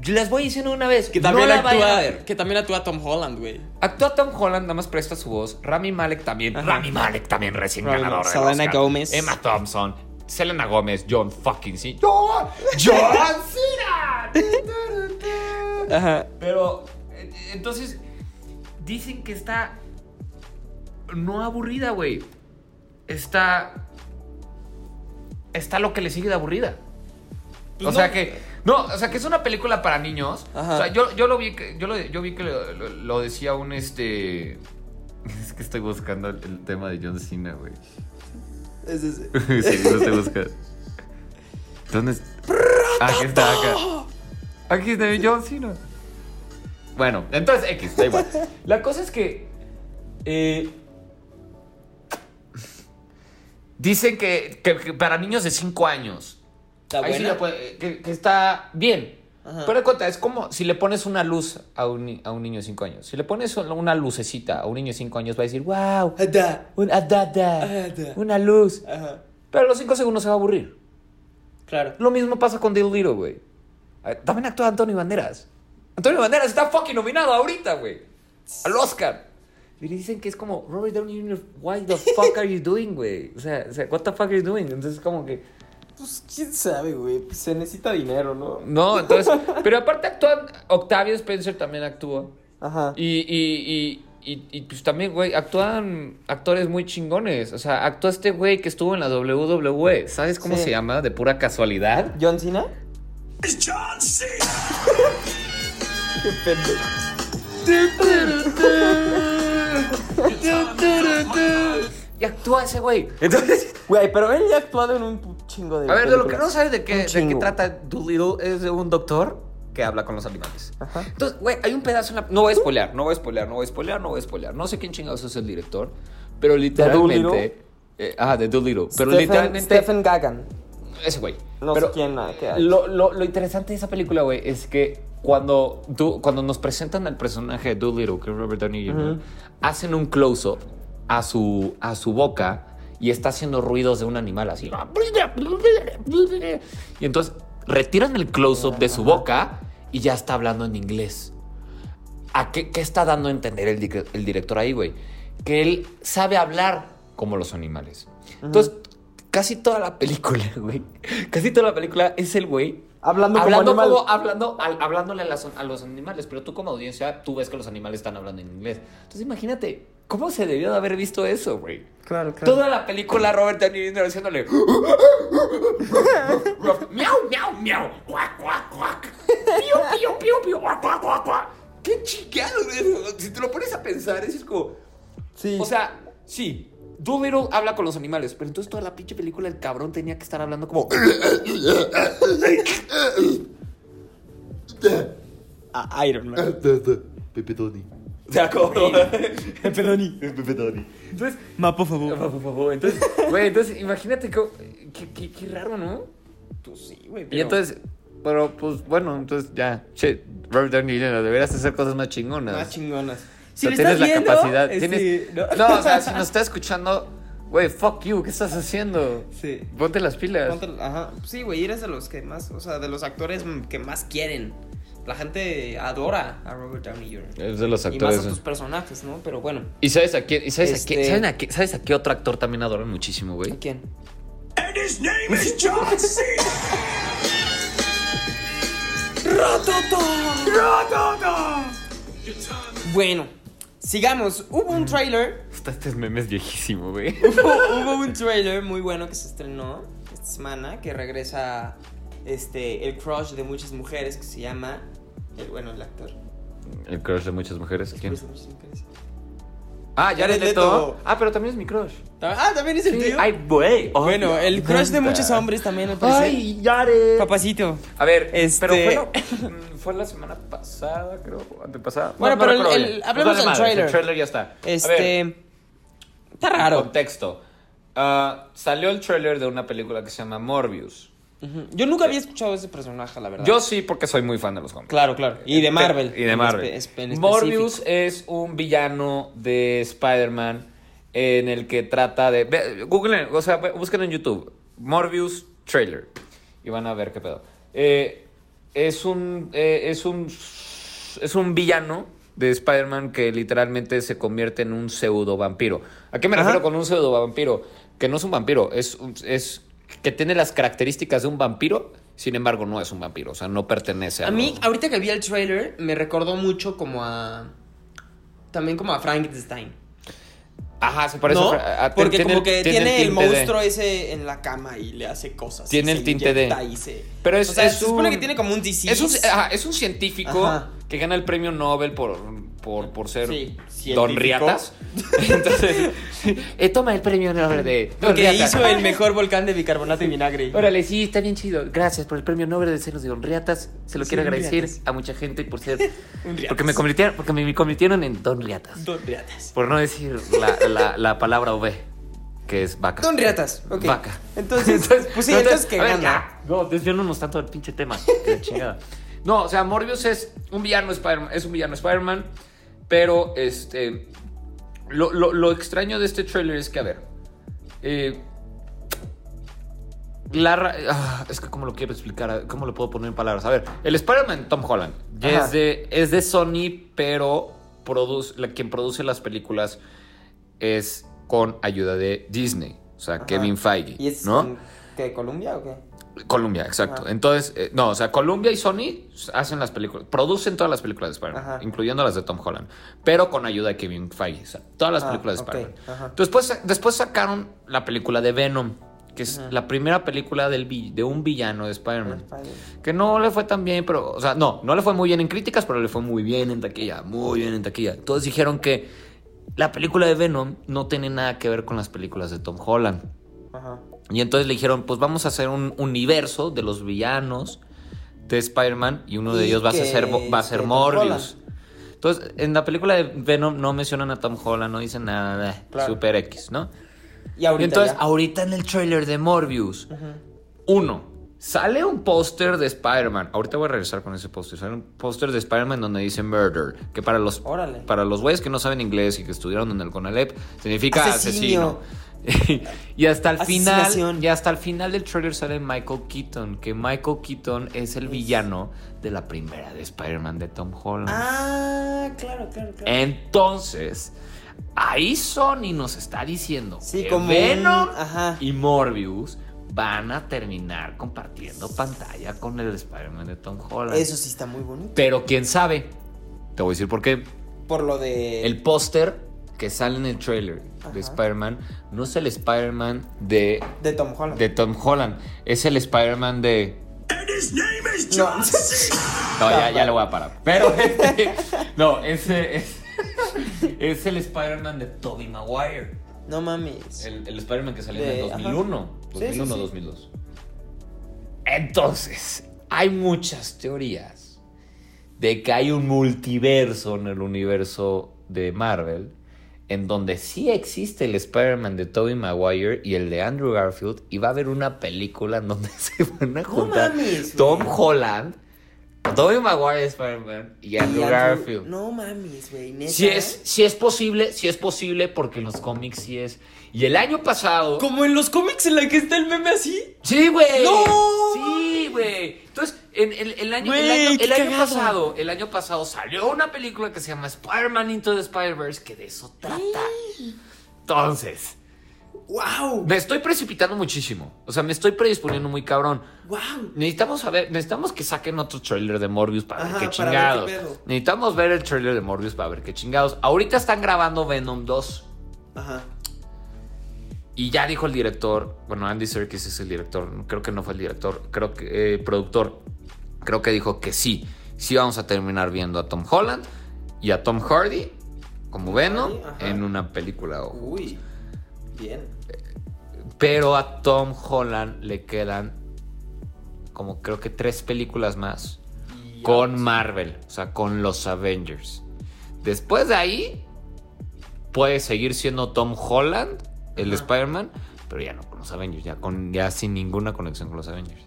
Speaker 2: Les voy diciendo una vez,
Speaker 3: Que también,
Speaker 2: no la vayan a ver.
Speaker 3: actúa, que también actúa Tom Holland, güey.
Speaker 2: Actúa Tom Holland, nada más presta su voz. Rami Malek también.
Speaker 3: Ajá.
Speaker 2: Rami Malek también recién
Speaker 3: Rami
Speaker 2: ganador.
Speaker 3: Malek.
Speaker 2: del
Speaker 3: Selena
Speaker 2: Oscar.
Speaker 3: Gomez.
Speaker 2: Emma Thompson. Selena Gomez. John fucking Cena. ¡John! ¡John Cena!
Speaker 3: Ajá.
Speaker 2: Pero, eh, entonces, dicen que está no aburrida, güey. Está... Está lo que le sigue de aburrida.
Speaker 3: Pues
Speaker 2: o
Speaker 3: no.
Speaker 2: sea que. No, o sea que es una película para niños.
Speaker 3: Ajá.
Speaker 2: O sea, yo, yo lo vi que. Yo, lo, yo vi que lo, lo- lo decía un este. Es que estoy buscando el, el tema de John Cena, güey.
Speaker 3: Es ese.
Speaker 2: sí, lo estoy buscando. ¿Dónde es- Aquí está, acá. Aquí está John Cena. Bueno, entonces X, da igual. La cosa es que. eh, dicen que, que- que para niños de 5 años.
Speaker 3: Está
Speaker 2: Ahí sí
Speaker 3: buena.
Speaker 2: la puede- que, que está bien.
Speaker 3: Ajá.
Speaker 2: Pero de cuenta, es como si le pones una luz a un, ni- a un niño de 5 años. Si le pones una lucecita a un niño de 5 años, va a decir, wow,
Speaker 3: Ada.
Speaker 2: un adada,
Speaker 3: Adada.
Speaker 2: una luz.
Speaker 3: Ajá.
Speaker 2: Pero a los 5 segundos se va a aburrir.
Speaker 3: Claro.
Speaker 2: Lo mismo pasa con Dill Little, güey. Eh, También actúa Ah, Antonio Banderas. Antonio Banderas está fucking nominado ahorita, güey. Al Oscar. Y le dicen que es como, Robert Downey Jr., why the fuck are you doing, güey? O sea, o sea, what the fuck are you doing? Entonces, como que.
Speaker 3: Pues quién sabe, güey. Pues, se necesita dinero, ¿no?
Speaker 2: No, entonces. Pero aparte actúan. Octavio Spencer también actúa.
Speaker 3: Ajá.
Speaker 2: Y, y, y, y, y, pues también, güey, actúan actores muy chingones. O sea, actúa este güey que estuvo en la WWE. ¿Sabes cómo
Speaker 3: Sí.
Speaker 2: se llama? De pura casualidad.
Speaker 3: ¿John Cena? Qué pendejo.
Speaker 2: Y actúa ese güey.
Speaker 3: Entonces, güey, pero él ya ha actuado en un pu- chingo de
Speaker 2: A ver, de lo que no
Speaker 3: películas.
Speaker 2: sabes de qué,
Speaker 3: Un
Speaker 2: de qué
Speaker 3: chingo.
Speaker 2: trata Doolittle es de un doctor que habla con los animales.
Speaker 3: Ajá.
Speaker 2: Entonces, güey, hay un pedazo en la... No voy a spoilear, no voy a spoilear, no voy a spoilear, no voy a spoilear. No sé quién chingados es el director, pero literalmente...
Speaker 3: Doolittle?
Speaker 2: eh, ah, de Doolittle. Pero
Speaker 3: Stephen-
Speaker 2: literalmente...
Speaker 3: Stephen Gagan.
Speaker 2: Ese güey.
Speaker 3: No sé
Speaker 2: Pero
Speaker 3: quién, nada, qué hay.
Speaker 2: Lo, lo- lo interesante de esa película, güey, es que cuando, tú, cuando nos presentan al personaje de Doolittle, que es Robert Downey Jr., hacen un close-up a su, a su boca y está haciendo ruidos de un animal así. Y entonces retiran el close-up de su boca y ya está hablando en inglés. ¿A qué, qué está dando a entender el, di- el director ahí, güey? Que él sabe hablar como los animales. Entonces, casi toda la película, güey. Casi toda la película es el güey.
Speaker 3: Hablando como
Speaker 2: hablando
Speaker 3: animal.
Speaker 2: hablando, al- hablándole a, las- a los animales. Pero tú como audiencia, tú ves que los animales están hablando en inglés. Entonces, imagínate, ¿cómo se debió de haber visto eso, güey?
Speaker 3: Claro, claro.
Speaker 2: Toda la película Robert Downey Jr. diciéndole... miau, miau, miau, cuac, cuac, cuac. Piu, piu, piu, piu, cuac, cuac, cuac, cuac. Qué chingado, güey. Si te lo pones a pensar, eso es como...
Speaker 3: Sí.
Speaker 2: O sea, sí, Doolittle habla con los animales, pero entonces toda la pinche película el cabrón tenía que estar hablando como...
Speaker 3: A- Ah, Iron Man.
Speaker 4: Pepe Tony.
Speaker 2: Se acordó.
Speaker 3: Pedoni.
Speaker 4: Pepe Tony.
Speaker 2: Entonces...
Speaker 3: Eh, Ma, por favor.
Speaker 2: por favor, Entonces, güey, entonces imagínate co- qué, qué, qué raro, ¿no?
Speaker 3: Tú sí, güey.
Speaker 2: Y
Speaker 3: pero-
Speaker 2: entonces, pero pues bueno, entonces ya, che, Robert Downey Jr., deberías hacer cosas más chingonas.
Speaker 3: Más chingonas.
Speaker 2: O sea, tienes la capacidad,
Speaker 3: este,
Speaker 2: tienes- este, no. o sea, si nos está escuchando, güey, fuck you, ¿qué estás haciendo?
Speaker 3: Sí.
Speaker 2: Ponte las pilas.
Speaker 3: Contra- Ajá. Sí, güey, eres de los que más, o sea, de los actores m- que más quieren. La gente adora a Robert Downey Jr.
Speaker 2: Es de los
Speaker 3: Y más a tus
Speaker 2: actores.
Speaker 3: personajes, ¿no? Pero bueno.
Speaker 2: ¿Y sabes a quién? ¿Y sabes a quién?
Speaker 3: Este-
Speaker 2: ¿Saben a qué? ¿Sabes a qué otro actor también adoran muchísimo, güey?
Speaker 3: ¿A quién? Bueno, sigamos. Hubo
Speaker 2: Mm.
Speaker 3: un trailer
Speaker 2: Hasta este meme es viejísimo, güey.
Speaker 3: hubo, hubo un trailer muy bueno que se estrenó esta semana que regresa este el crush de muchas mujeres que se llama el bueno el actor
Speaker 2: El crush de muchas mujeres.
Speaker 3: El
Speaker 2: ¿Quién?
Speaker 3: crush de muchas mujeres.
Speaker 2: Ah, Jared
Speaker 3: Jared Leto.
Speaker 2: Leto. Ah, pero también es mi crush.
Speaker 3: ah también es el
Speaker 2: Sí,
Speaker 3: tío
Speaker 2: ay, güey.
Speaker 3: bueno el crush de muchos
Speaker 2: muchas
Speaker 3: hombres también al parecer
Speaker 2: Jared.
Speaker 3: papacito
Speaker 2: A ver,
Speaker 3: Este-
Speaker 2: pero fue, la- fue la semana pasada, creo, o antepasada.
Speaker 3: Bueno, pero el-
Speaker 2: recuerdo
Speaker 3: el-
Speaker 2: bien.
Speaker 3: hablemos
Speaker 2: Nos vale
Speaker 3: del
Speaker 2: madres,
Speaker 3: tráiler.
Speaker 2: El trailer ya está. A ver,
Speaker 3: este está raro
Speaker 2: Contexto. Ah, salió el trailer de una película que se llama Morbius.
Speaker 3: Ujú. yo nunca había escuchado a ese personaje la verdad
Speaker 2: Yo sí, porque soy muy fan de los cómics.
Speaker 3: claro claro y de Marvel
Speaker 2: Y de
Speaker 3: en
Speaker 2: Marvel.
Speaker 3: espe- espe- en específico.
Speaker 2: Morbius es un villano de Spider-Man en el que trata de. ve- Googlen, o sea, ve- busquen en YouTube. Morbius trailer. Y van a ver qué pedo. Eh, es un. eh, es un. Es un villano de Spider-Man que literalmente se convierte en un pseudo vampiro. ¿A qué me
Speaker 3: Ajá.
Speaker 2: refiero con un pseudo vampiro? Que no es un vampiro, es, un- es que tiene las características de un vampiro, sin embargo no es un vampiro, o sea, no pertenece a...
Speaker 3: A mí,
Speaker 2: los-
Speaker 3: ahorita que vi el trailer, me recordó mucho como a. También como a Frankenstein.
Speaker 2: Ajá, se parece
Speaker 3: ¿no?
Speaker 2: a- a-
Speaker 3: Porque
Speaker 2: eh, ah, tiene
Speaker 3: como
Speaker 2: el-
Speaker 3: que
Speaker 2: tiene el
Speaker 3: tiene el,
Speaker 2: tinte de-
Speaker 3: monstruo ese en la cama y le hace cosas. y
Speaker 2: Tiene
Speaker 3: se
Speaker 2: el tinte
Speaker 3: inyecta
Speaker 2: de-
Speaker 3: y se-
Speaker 2: Pero es,
Speaker 3: o sea,
Speaker 2: es
Speaker 3: se supone
Speaker 2: un-
Speaker 3: que tiene como un disease.
Speaker 2: Es un, ah, ajá, es un científico
Speaker 3: Ajá.
Speaker 2: que gana el premio Nobel por, por, por ser
Speaker 3: Sí,
Speaker 2: Don
Speaker 3: científico.
Speaker 2: Riatas. Entonces, eh, toma el premio Nobel de Don
Speaker 3: Porque
Speaker 2: Riatas.
Speaker 3: hizo el mejor volcán de bicarbonato y vinagre.
Speaker 2: Órale, sí, está bien chido. Gracias por el premio Nobel de Senos de Don Riatas. Se lo
Speaker 3: Sí,
Speaker 2: quiero
Speaker 3: un
Speaker 2: agradecer
Speaker 3: Riatas.
Speaker 2: a mucha gente por ser.
Speaker 3: Un Riatas.
Speaker 2: porque, me convirtieron, porque me convirtieron en Don Riatas.
Speaker 3: Don Riatas.
Speaker 2: Por no decir la, la- la palabra V, que es vaca.
Speaker 3: Don Riatas, ok.
Speaker 2: Vaca.
Speaker 3: Entonces, pues sí,
Speaker 2: no,
Speaker 3: entonces, que
Speaker 2: a ver,
Speaker 3: gana.
Speaker 2: ya. No, desviándonos tanto del pinche tema. Deci, que la chingada. No, o sea, Morbius es un villano Spider-Man, es un villano Spider-Man, pero este lo, lo- lo extraño de este trailer es que, a ver, eh, la ra- ah, es que cómo lo quiero explicar, cómo lo puedo poner en palabras. A ver, el Spider-Man Tom Holland ya
Speaker 3: Ajá.
Speaker 2: es de, es de Sony, pero produce, la, quien produce las películas es con ayuda de Disney, o sea,
Speaker 3: Ajá.
Speaker 2: Kevin Feige,
Speaker 3: ¿Y es
Speaker 2: ¿no?
Speaker 3: con- qué, Colombia o qué?
Speaker 2: Columbia, exacto.
Speaker 3: Ajá.
Speaker 2: Entonces, eh, no, o sea, Columbia y Sony hacen las películas, producen todas las películas de
Speaker 3: Ajá.
Speaker 2: Spider-Man, incluyendo las de Tom Holland, pero con ayuda de Kevin Feige, o sea, todas las
Speaker 3: Ah,
Speaker 2: películas de
Speaker 3: ok, ajá.
Speaker 2: Spider-Man. Mm. Después, después sacaron la película de Venom, que es la primera película del vi- de un villano de Spider-Man. Que no le fue tan bien, pero, o sea, no, no le fue muy bien en críticas, pero le fue muy bien en taquilla, muy bien en taquilla. Entonces dijeron que la película de Venom no tiene nada que ver con las películas de Tom Holland.
Speaker 3: Ajá.
Speaker 2: Y entonces le dijeron, pues vamos a hacer un universo de los villanos de Spider-Man y uno de
Speaker 3: Y
Speaker 2: ellos va a
Speaker 3: que
Speaker 2: ser, va a
Speaker 3: es
Speaker 2: ser
Speaker 3: de Tom
Speaker 2: Morbius. Entonces, en la película de Venom no mencionan a Tom Holland, no dicen nada, bleh,
Speaker 3: Claro.
Speaker 2: super X, ¿no?
Speaker 3: Y ahorita
Speaker 2: y entonces,
Speaker 3: ya.
Speaker 2: ahorita en el trailer de Morbius, uno, sale un póster de Spider-Man. Ahorita voy a regresar con ese póster. Sale un póster de Spider-Man donde dice murder, que para los
Speaker 3: Órale.
Speaker 2: para los güeyes que no saben inglés y que estudiaron en el CONALEP significa
Speaker 3: Asesino.
Speaker 2: asesino. y hasta el
Speaker 3: Asesinación.
Speaker 2: final, y hasta el final del trailer sale Michael Keaton, que Michael Keaton es el villano de la primera de Spider-Man de Tom Holland.
Speaker 3: Ah, claro, claro, claro.
Speaker 2: Entonces, ahí Sony nos está diciendo
Speaker 3: Sí,
Speaker 2: que
Speaker 3: como un-
Speaker 2: Venom
Speaker 3: ajá.
Speaker 2: y Morbius van a terminar compartiendo pantalla con el Spider-Man de Tom Holland.
Speaker 3: Eso sí está muy bonito.
Speaker 2: Pero quién sabe. Te voy a decir por
Speaker 3: Eh.
Speaker 2: qué.
Speaker 3: Por lo de.
Speaker 2: El póster que sale en el trailer
Speaker 3: Ajá.
Speaker 2: de Spider-Man no es el Spider-Man de,
Speaker 3: De Tom Holland.
Speaker 2: de Tom Holland, es el Spider-Man de...
Speaker 3: No.
Speaker 2: No, ya, ya lo voy a parar. Pero este, no, ese es, es el Spider-Man de Tobey Maguire.
Speaker 3: no mames.
Speaker 2: El, el Spider-Man que salió
Speaker 3: De-
Speaker 2: en el
Speaker 3: ajá.
Speaker 2: 2001.
Speaker 3: Sí, sí,
Speaker 2: 2001,
Speaker 3: sí.
Speaker 2: 2002. Entonces, hay muchas teorías de que hay un multiverso en el universo de Marvel en donde sí existe el Spider-Man de Tobey Maguire y el de Andrew Garfield y va a haber una película en donde se van a juntar
Speaker 3: mames,
Speaker 2: Tom
Speaker 3: güey.
Speaker 2: Holland, Tobey Maguire de Spider-Man y Andrew
Speaker 3: Y Andrew-
Speaker 2: Garfield.
Speaker 3: No mames, güey. neta.
Speaker 2: Si es, si es posible, si es posible, porque en los cómics sí es. Y el año pasado.
Speaker 3: Como en los cómics en la que está el meme así.
Speaker 2: Sí, güey.
Speaker 3: ¡No!
Speaker 2: Sí, güey. Entonces, en, el, el año, el
Speaker 3: Güey,
Speaker 2: año-
Speaker 3: qué
Speaker 2: el año
Speaker 3: cagada.
Speaker 2: pasado, el año pasado salió una película que se llama Spider-Man Into the Spider-Verse, que de eso trata. Entonces,
Speaker 3: ¡Wow!
Speaker 2: me estoy precipitando muchísimo. O sea, me estoy predisponiendo muy cabrón.
Speaker 3: ¡Wow!
Speaker 2: Necesitamos saber, necesitamos que saquen otro trailer de Morbius para
Speaker 3: Ajá,
Speaker 2: ver qué
Speaker 3: para ver
Speaker 2: chingados.
Speaker 3: qué pedo.
Speaker 2: Necesitamos ver el trailer de Morbius para ver qué chingados. Ahorita están grabando Venom 2.
Speaker 3: Ajá.
Speaker 2: Y ya dijo el director, bueno, Andy Serkis es el director, creo que no fue el director, creo que eh, productor, creo que dijo que sí, sí vamos a terminar viendo a Tom Holland y a Tom Hardy como Venom
Speaker 3: Hardy, ajá.
Speaker 2: en una película. ojo.
Speaker 3: Uy. Bien.
Speaker 2: Pero a Tom Holland le quedan como creo que tres películas más
Speaker 3: Y-
Speaker 2: con Marvel, o sea, con los Avengers. Después de ahí, puede seguir siendo Tom Holland, el
Speaker 3: Ajá.
Speaker 2: Spider-Man, pero ya no con los Avengers, ya, con, ya sin ninguna conexión con los Avengers.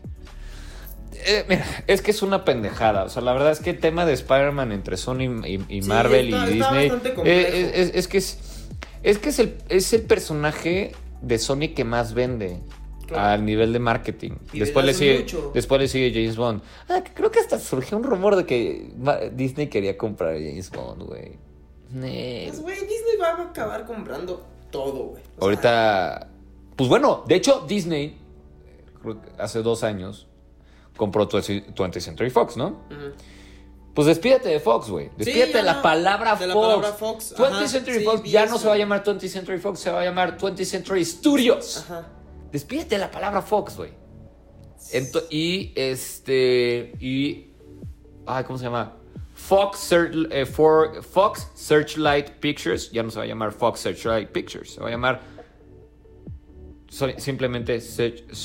Speaker 2: Eh, mira, es que es una pendejada. O sea, la verdad es que el tema de Spider-Man entre Sony y, y
Speaker 3: Sí,
Speaker 2: Marvel
Speaker 3: está-
Speaker 2: y
Speaker 3: está
Speaker 2: Disney.
Speaker 3: bastante
Speaker 2: eh,
Speaker 3: complejo.
Speaker 2: es, es- es que es, es que es el, es el personaje de Sony que más vende
Speaker 3: Claro.
Speaker 2: al nivel de marketing.
Speaker 3: Y
Speaker 2: después le
Speaker 3: desde
Speaker 2: sigue.
Speaker 3: hace mucho.
Speaker 2: Después le sigue James Bond. Ah, que creo que hasta surgió un rumor de que Ma- Disney quería comprar a James Bond, güey. Nel.
Speaker 3: Pues, güey, Disney va a acabar comprando todo, güey. O sea,
Speaker 2: Ahorita. Pues bueno, de hecho, Disney, eh, creo que hace dos años, compró 20th 20th Century Fox, ¿no?
Speaker 3: Ujú.
Speaker 2: Pues despídate de Fox, güey. Despídate
Speaker 3: ya
Speaker 2: de la
Speaker 3: no.
Speaker 2: palabra
Speaker 3: De
Speaker 2: Fox.
Speaker 3: la palabra Fox,
Speaker 2: 20th
Speaker 3: ajá,
Speaker 2: Century
Speaker 3: sí,
Speaker 2: Fox
Speaker 3: vi
Speaker 2: ya no
Speaker 3: eso.
Speaker 2: se va a llamar 20th Century Fox, se va a llamar 20th Century Studios.
Speaker 3: Ajá.
Speaker 2: Despídete de la palabra Fox, güey. Ento- y este. Y. Ay, ¿cómo se llama? Fox, Search, eh, for- Fox Searchlight Pictures. Ya no se va a llamar Fox Searchlight Pictures. Se va a llamar. so- simplemente Search- Searchlight,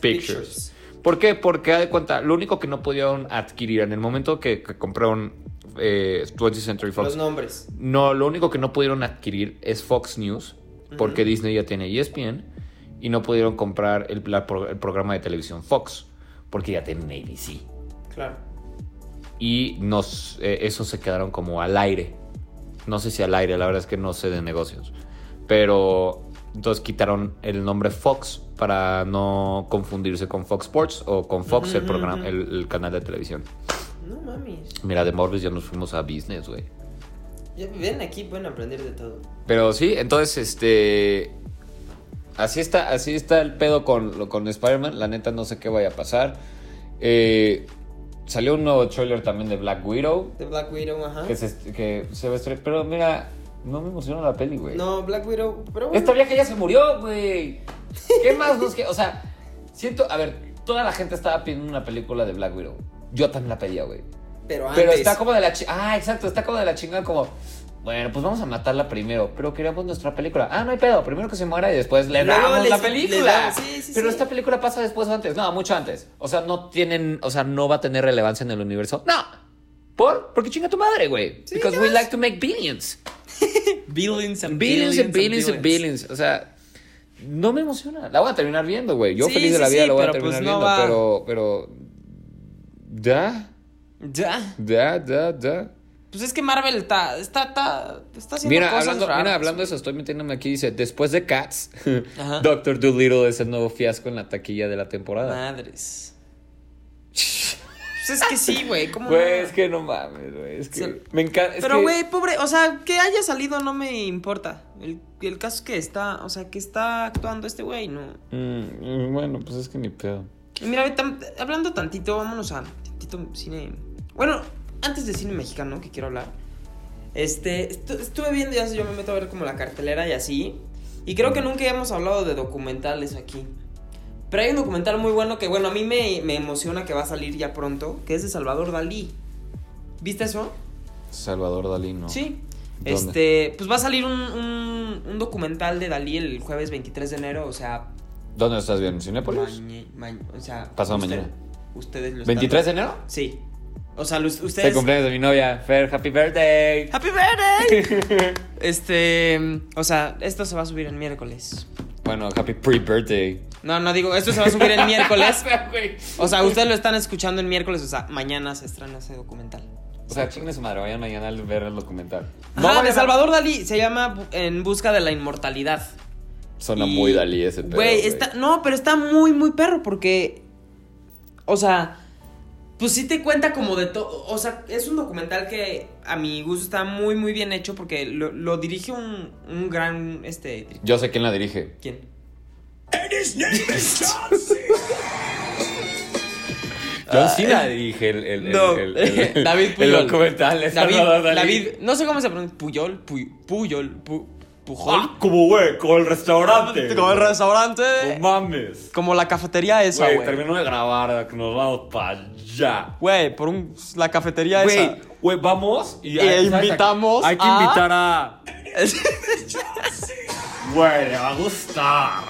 Speaker 2: Pictures.
Speaker 3: Pictures.
Speaker 2: ¿Por qué? Porque, haz de cuenta, lo único que no pudieron adquirir en el momento que, que compraron eh, 20th Century Fox.
Speaker 3: Los nombres.
Speaker 2: No, lo único que no pudieron adquirir es Fox News, porque Disney ya tiene E ESPN, y no pudieron comprar el, la pro- el programa de televisión Fox, porque ya tienen ABC.
Speaker 3: Claro.
Speaker 2: Y nos, eh, esos se quedaron como al aire. No sé si al aire, la verdad es que no sé de negocios. Pero Entonces quitaron el nombre Fox para no confundirse con Fox Sports o con Fox, el, programa, el, el canal de televisión.
Speaker 4: No mames.
Speaker 2: Mira, de Morbius ya nos fuimos a business, güey.
Speaker 4: Ya ven aquí, pueden aprender de todo.
Speaker 2: Pero sí, entonces, este. Así está, así está el pedo con, lo- con Spider-Man. La neta, no sé qué vaya a pasar. Eh, salió un nuevo trailer también de Black Widow.
Speaker 4: De Black Widow, ajá.
Speaker 2: Que se, que se va a estrenar. Pero mira, no me emociona la peli, güey.
Speaker 4: No, Black Widow, pero bueno.
Speaker 2: Esta vieja ya se murió, güey. ¿Qué más nos que- O sea, siento. A ver, toda la gente estaba pidiendo una película de Black Widow. Yo también la pedía, güey.
Speaker 4: Pero antes.
Speaker 2: Pero está como de la chingada. Ah, exacto, está como de la chingada, como. Bueno, pues vamos a matarla primero, pero queremos nuestra película. Ah, no hay pedo, primero que se muera y después le
Speaker 4: Luego
Speaker 2: damos
Speaker 4: les-
Speaker 2: la
Speaker 4: les
Speaker 2: película.
Speaker 4: damos- sí, sí,
Speaker 2: pero
Speaker 4: sí.
Speaker 2: esta película pasa después o antes. No, mucho antes. O sea, no tienen, o sea, no va a tener relevancia en el universo. No. ¿Por? Porque chinga tu madre, güey. Because we like to make billions.
Speaker 3: Billions and
Speaker 2: Billions and billions and billions. O sea, no me emociona. La voy a terminar viendo, güey. Yo
Speaker 3: Sí,
Speaker 2: feliz de
Speaker 3: sí,
Speaker 2: la vida
Speaker 3: sí,
Speaker 2: la voy a
Speaker 3: pero pues
Speaker 2: terminar viendo,
Speaker 3: no va.
Speaker 2: pero, pero. Ya,
Speaker 3: Ya.
Speaker 2: ya, ya, ya.
Speaker 3: Pues es que Marvel está, está, está, está haciendo
Speaker 2: Mira,
Speaker 3: cosas
Speaker 2: hablando,
Speaker 3: raras.
Speaker 2: mira, hablando de eso, estoy metiéndome aquí. Dice: Después de Cats,
Speaker 3: Ajá.
Speaker 2: Doctor Dolittle es el nuevo fiasco en la taquilla de la temporada.
Speaker 3: Madres. pues es que sí, güey. ¿Cómo no?
Speaker 2: Güey, es que no mames, güey. Es que
Speaker 3: Sí.
Speaker 2: me encanta. es
Speaker 3: Pero,
Speaker 2: que-
Speaker 3: güey, pobre, o sea, que haya salido no me importa. El, el caso es que está, o sea, que está actuando este güey, no.
Speaker 2: Mm, mm, bueno, pues es que ni pedo.
Speaker 3: Y mira, ahorita, hablando tantito, vámonos a tantito cine. Bueno, antes de cine mexicano que quiero hablar. Este, estu- estuve viendo, ya sé, yo me meto a ver como la cartelera y así. Y creo que nunca hemos hablado de documentales aquí. Pero hay un documental muy bueno que, bueno, a mí me, me emociona que va a salir ya pronto, que es de Salvador Dalí. ¿Viste eso?
Speaker 2: Salvador Dalí, ¿no?
Speaker 3: Sí.
Speaker 2: ¿Dónde?
Speaker 3: Este, pues va a salir un, un- un documental de Dalí el jueves 23 de enero, o sea,
Speaker 2: ¿Dónde estás viendo? ¿Cinépolis?
Speaker 3: mañe- ma- o sea,
Speaker 2: Pasado
Speaker 3: usted-
Speaker 2: mañana.
Speaker 3: Ustedes lo están-
Speaker 2: ¿23 de enero?
Speaker 3: Sí. O sea, los-
Speaker 2: Es el
Speaker 3: ustedes.
Speaker 2: cumpleaños de mi novia. Fer, happy birthday.
Speaker 3: ¡Happy birthday! este. O sea, esto se va a subir el miércoles.
Speaker 2: Bueno, happy pre-birthday.
Speaker 3: No, no digo, esto se va a subir el miércoles.
Speaker 2: güey.
Speaker 3: O sea, ustedes lo están escuchando el miércoles, o sea, mañana se estrena ese documental.
Speaker 2: O sea, chingue su madre, vayan mañana a ver el documental.
Speaker 3: No,
Speaker 2: vayan
Speaker 3: Ah, de
Speaker 2: a-
Speaker 3: Salvador Dalí se llama Bu- En busca de la inmortalidad.
Speaker 2: Suena
Speaker 3: Y,
Speaker 2: muy Dalí ese pedo.
Speaker 3: Güey, está. No, pero está muy, muy perro porque. O sea. Pues sí te cuenta como de todo. O sea, es un documental que a mi gusto está muy, muy bien hecho porque lo, lo dirige un, un gran. Este.
Speaker 2: Yo sé quién la dirige.
Speaker 3: ¿Quién?
Speaker 2: John Cena dirige Ah, el, el, el-
Speaker 3: No.
Speaker 2: el- el-
Speaker 3: David
Speaker 2: el
Speaker 3: Puyol.
Speaker 2: documental de
Speaker 3: David,
Speaker 2: Salvador Dalí.
Speaker 3: David, no sé cómo se pronuncia. Puyol, Puy- Puyol, Pu- Pujol.
Speaker 2: como güey, como el restaurante.
Speaker 3: Como el restaurante.
Speaker 2: mames.
Speaker 3: Como la cafetería
Speaker 2: Ah,
Speaker 3: esa, güey.
Speaker 2: de grabar, que nos vamos para allá.
Speaker 3: Güey, por un, la cafetería
Speaker 2: Güey, güey, vamos y,
Speaker 3: E
Speaker 2: ¿sabes?
Speaker 3: invitamos
Speaker 2: Hay que
Speaker 3: a-
Speaker 2: invitar a.
Speaker 3: esa.
Speaker 2: Güey, le va a gustar.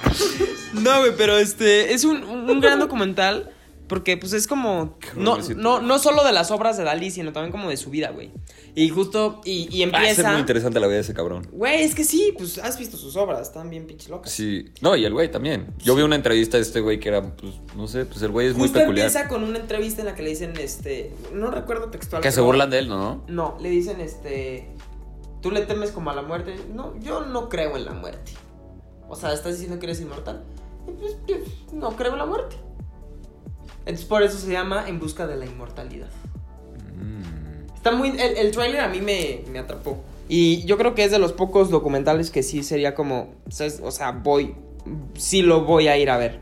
Speaker 3: No, güey, pero este es un, un- un gran documental porque pues es como no,
Speaker 2: jovencito.
Speaker 3: no, no solo de las obras de Dalí, sino también como de su vida, güey. Y justo y,
Speaker 2: Ah, esa es muy
Speaker 3: y empieza
Speaker 2: interesante la vida de ese cabrón.
Speaker 3: Güey, es que sí, pues has visto sus obras, están bien pinche locas.
Speaker 2: Sí. No, y el güey también. Yo vi una entrevista de este güey que era, pues, no sé, pues el güey es muy
Speaker 3: Justo
Speaker 2: peculiar.
Speaker 3: empieza con una entrevista en la que le dicen este, no recuerdo textual.
Speaker 2: Que se
Speaker 3: pero-
Speaker 2: burlan de él, ¿no?
Speaker 3: No, le dicen este, tú le temes como a la muerte. No, yo no creo en la muerte. O sea, estás diciendo que eres inmortal. Y, pues, yo no creo en la muerte. Entonces por eso se llama En busca de la inmortalidad.
Speaker 2: Mm.
Speaker 3: Está muy. El, el tráiler a mí me, me atrapó. Y yo creo que es de los pocos documentales que sí sería como. ¿sabes? O sea, voy. Sí lo voy a ir a ver.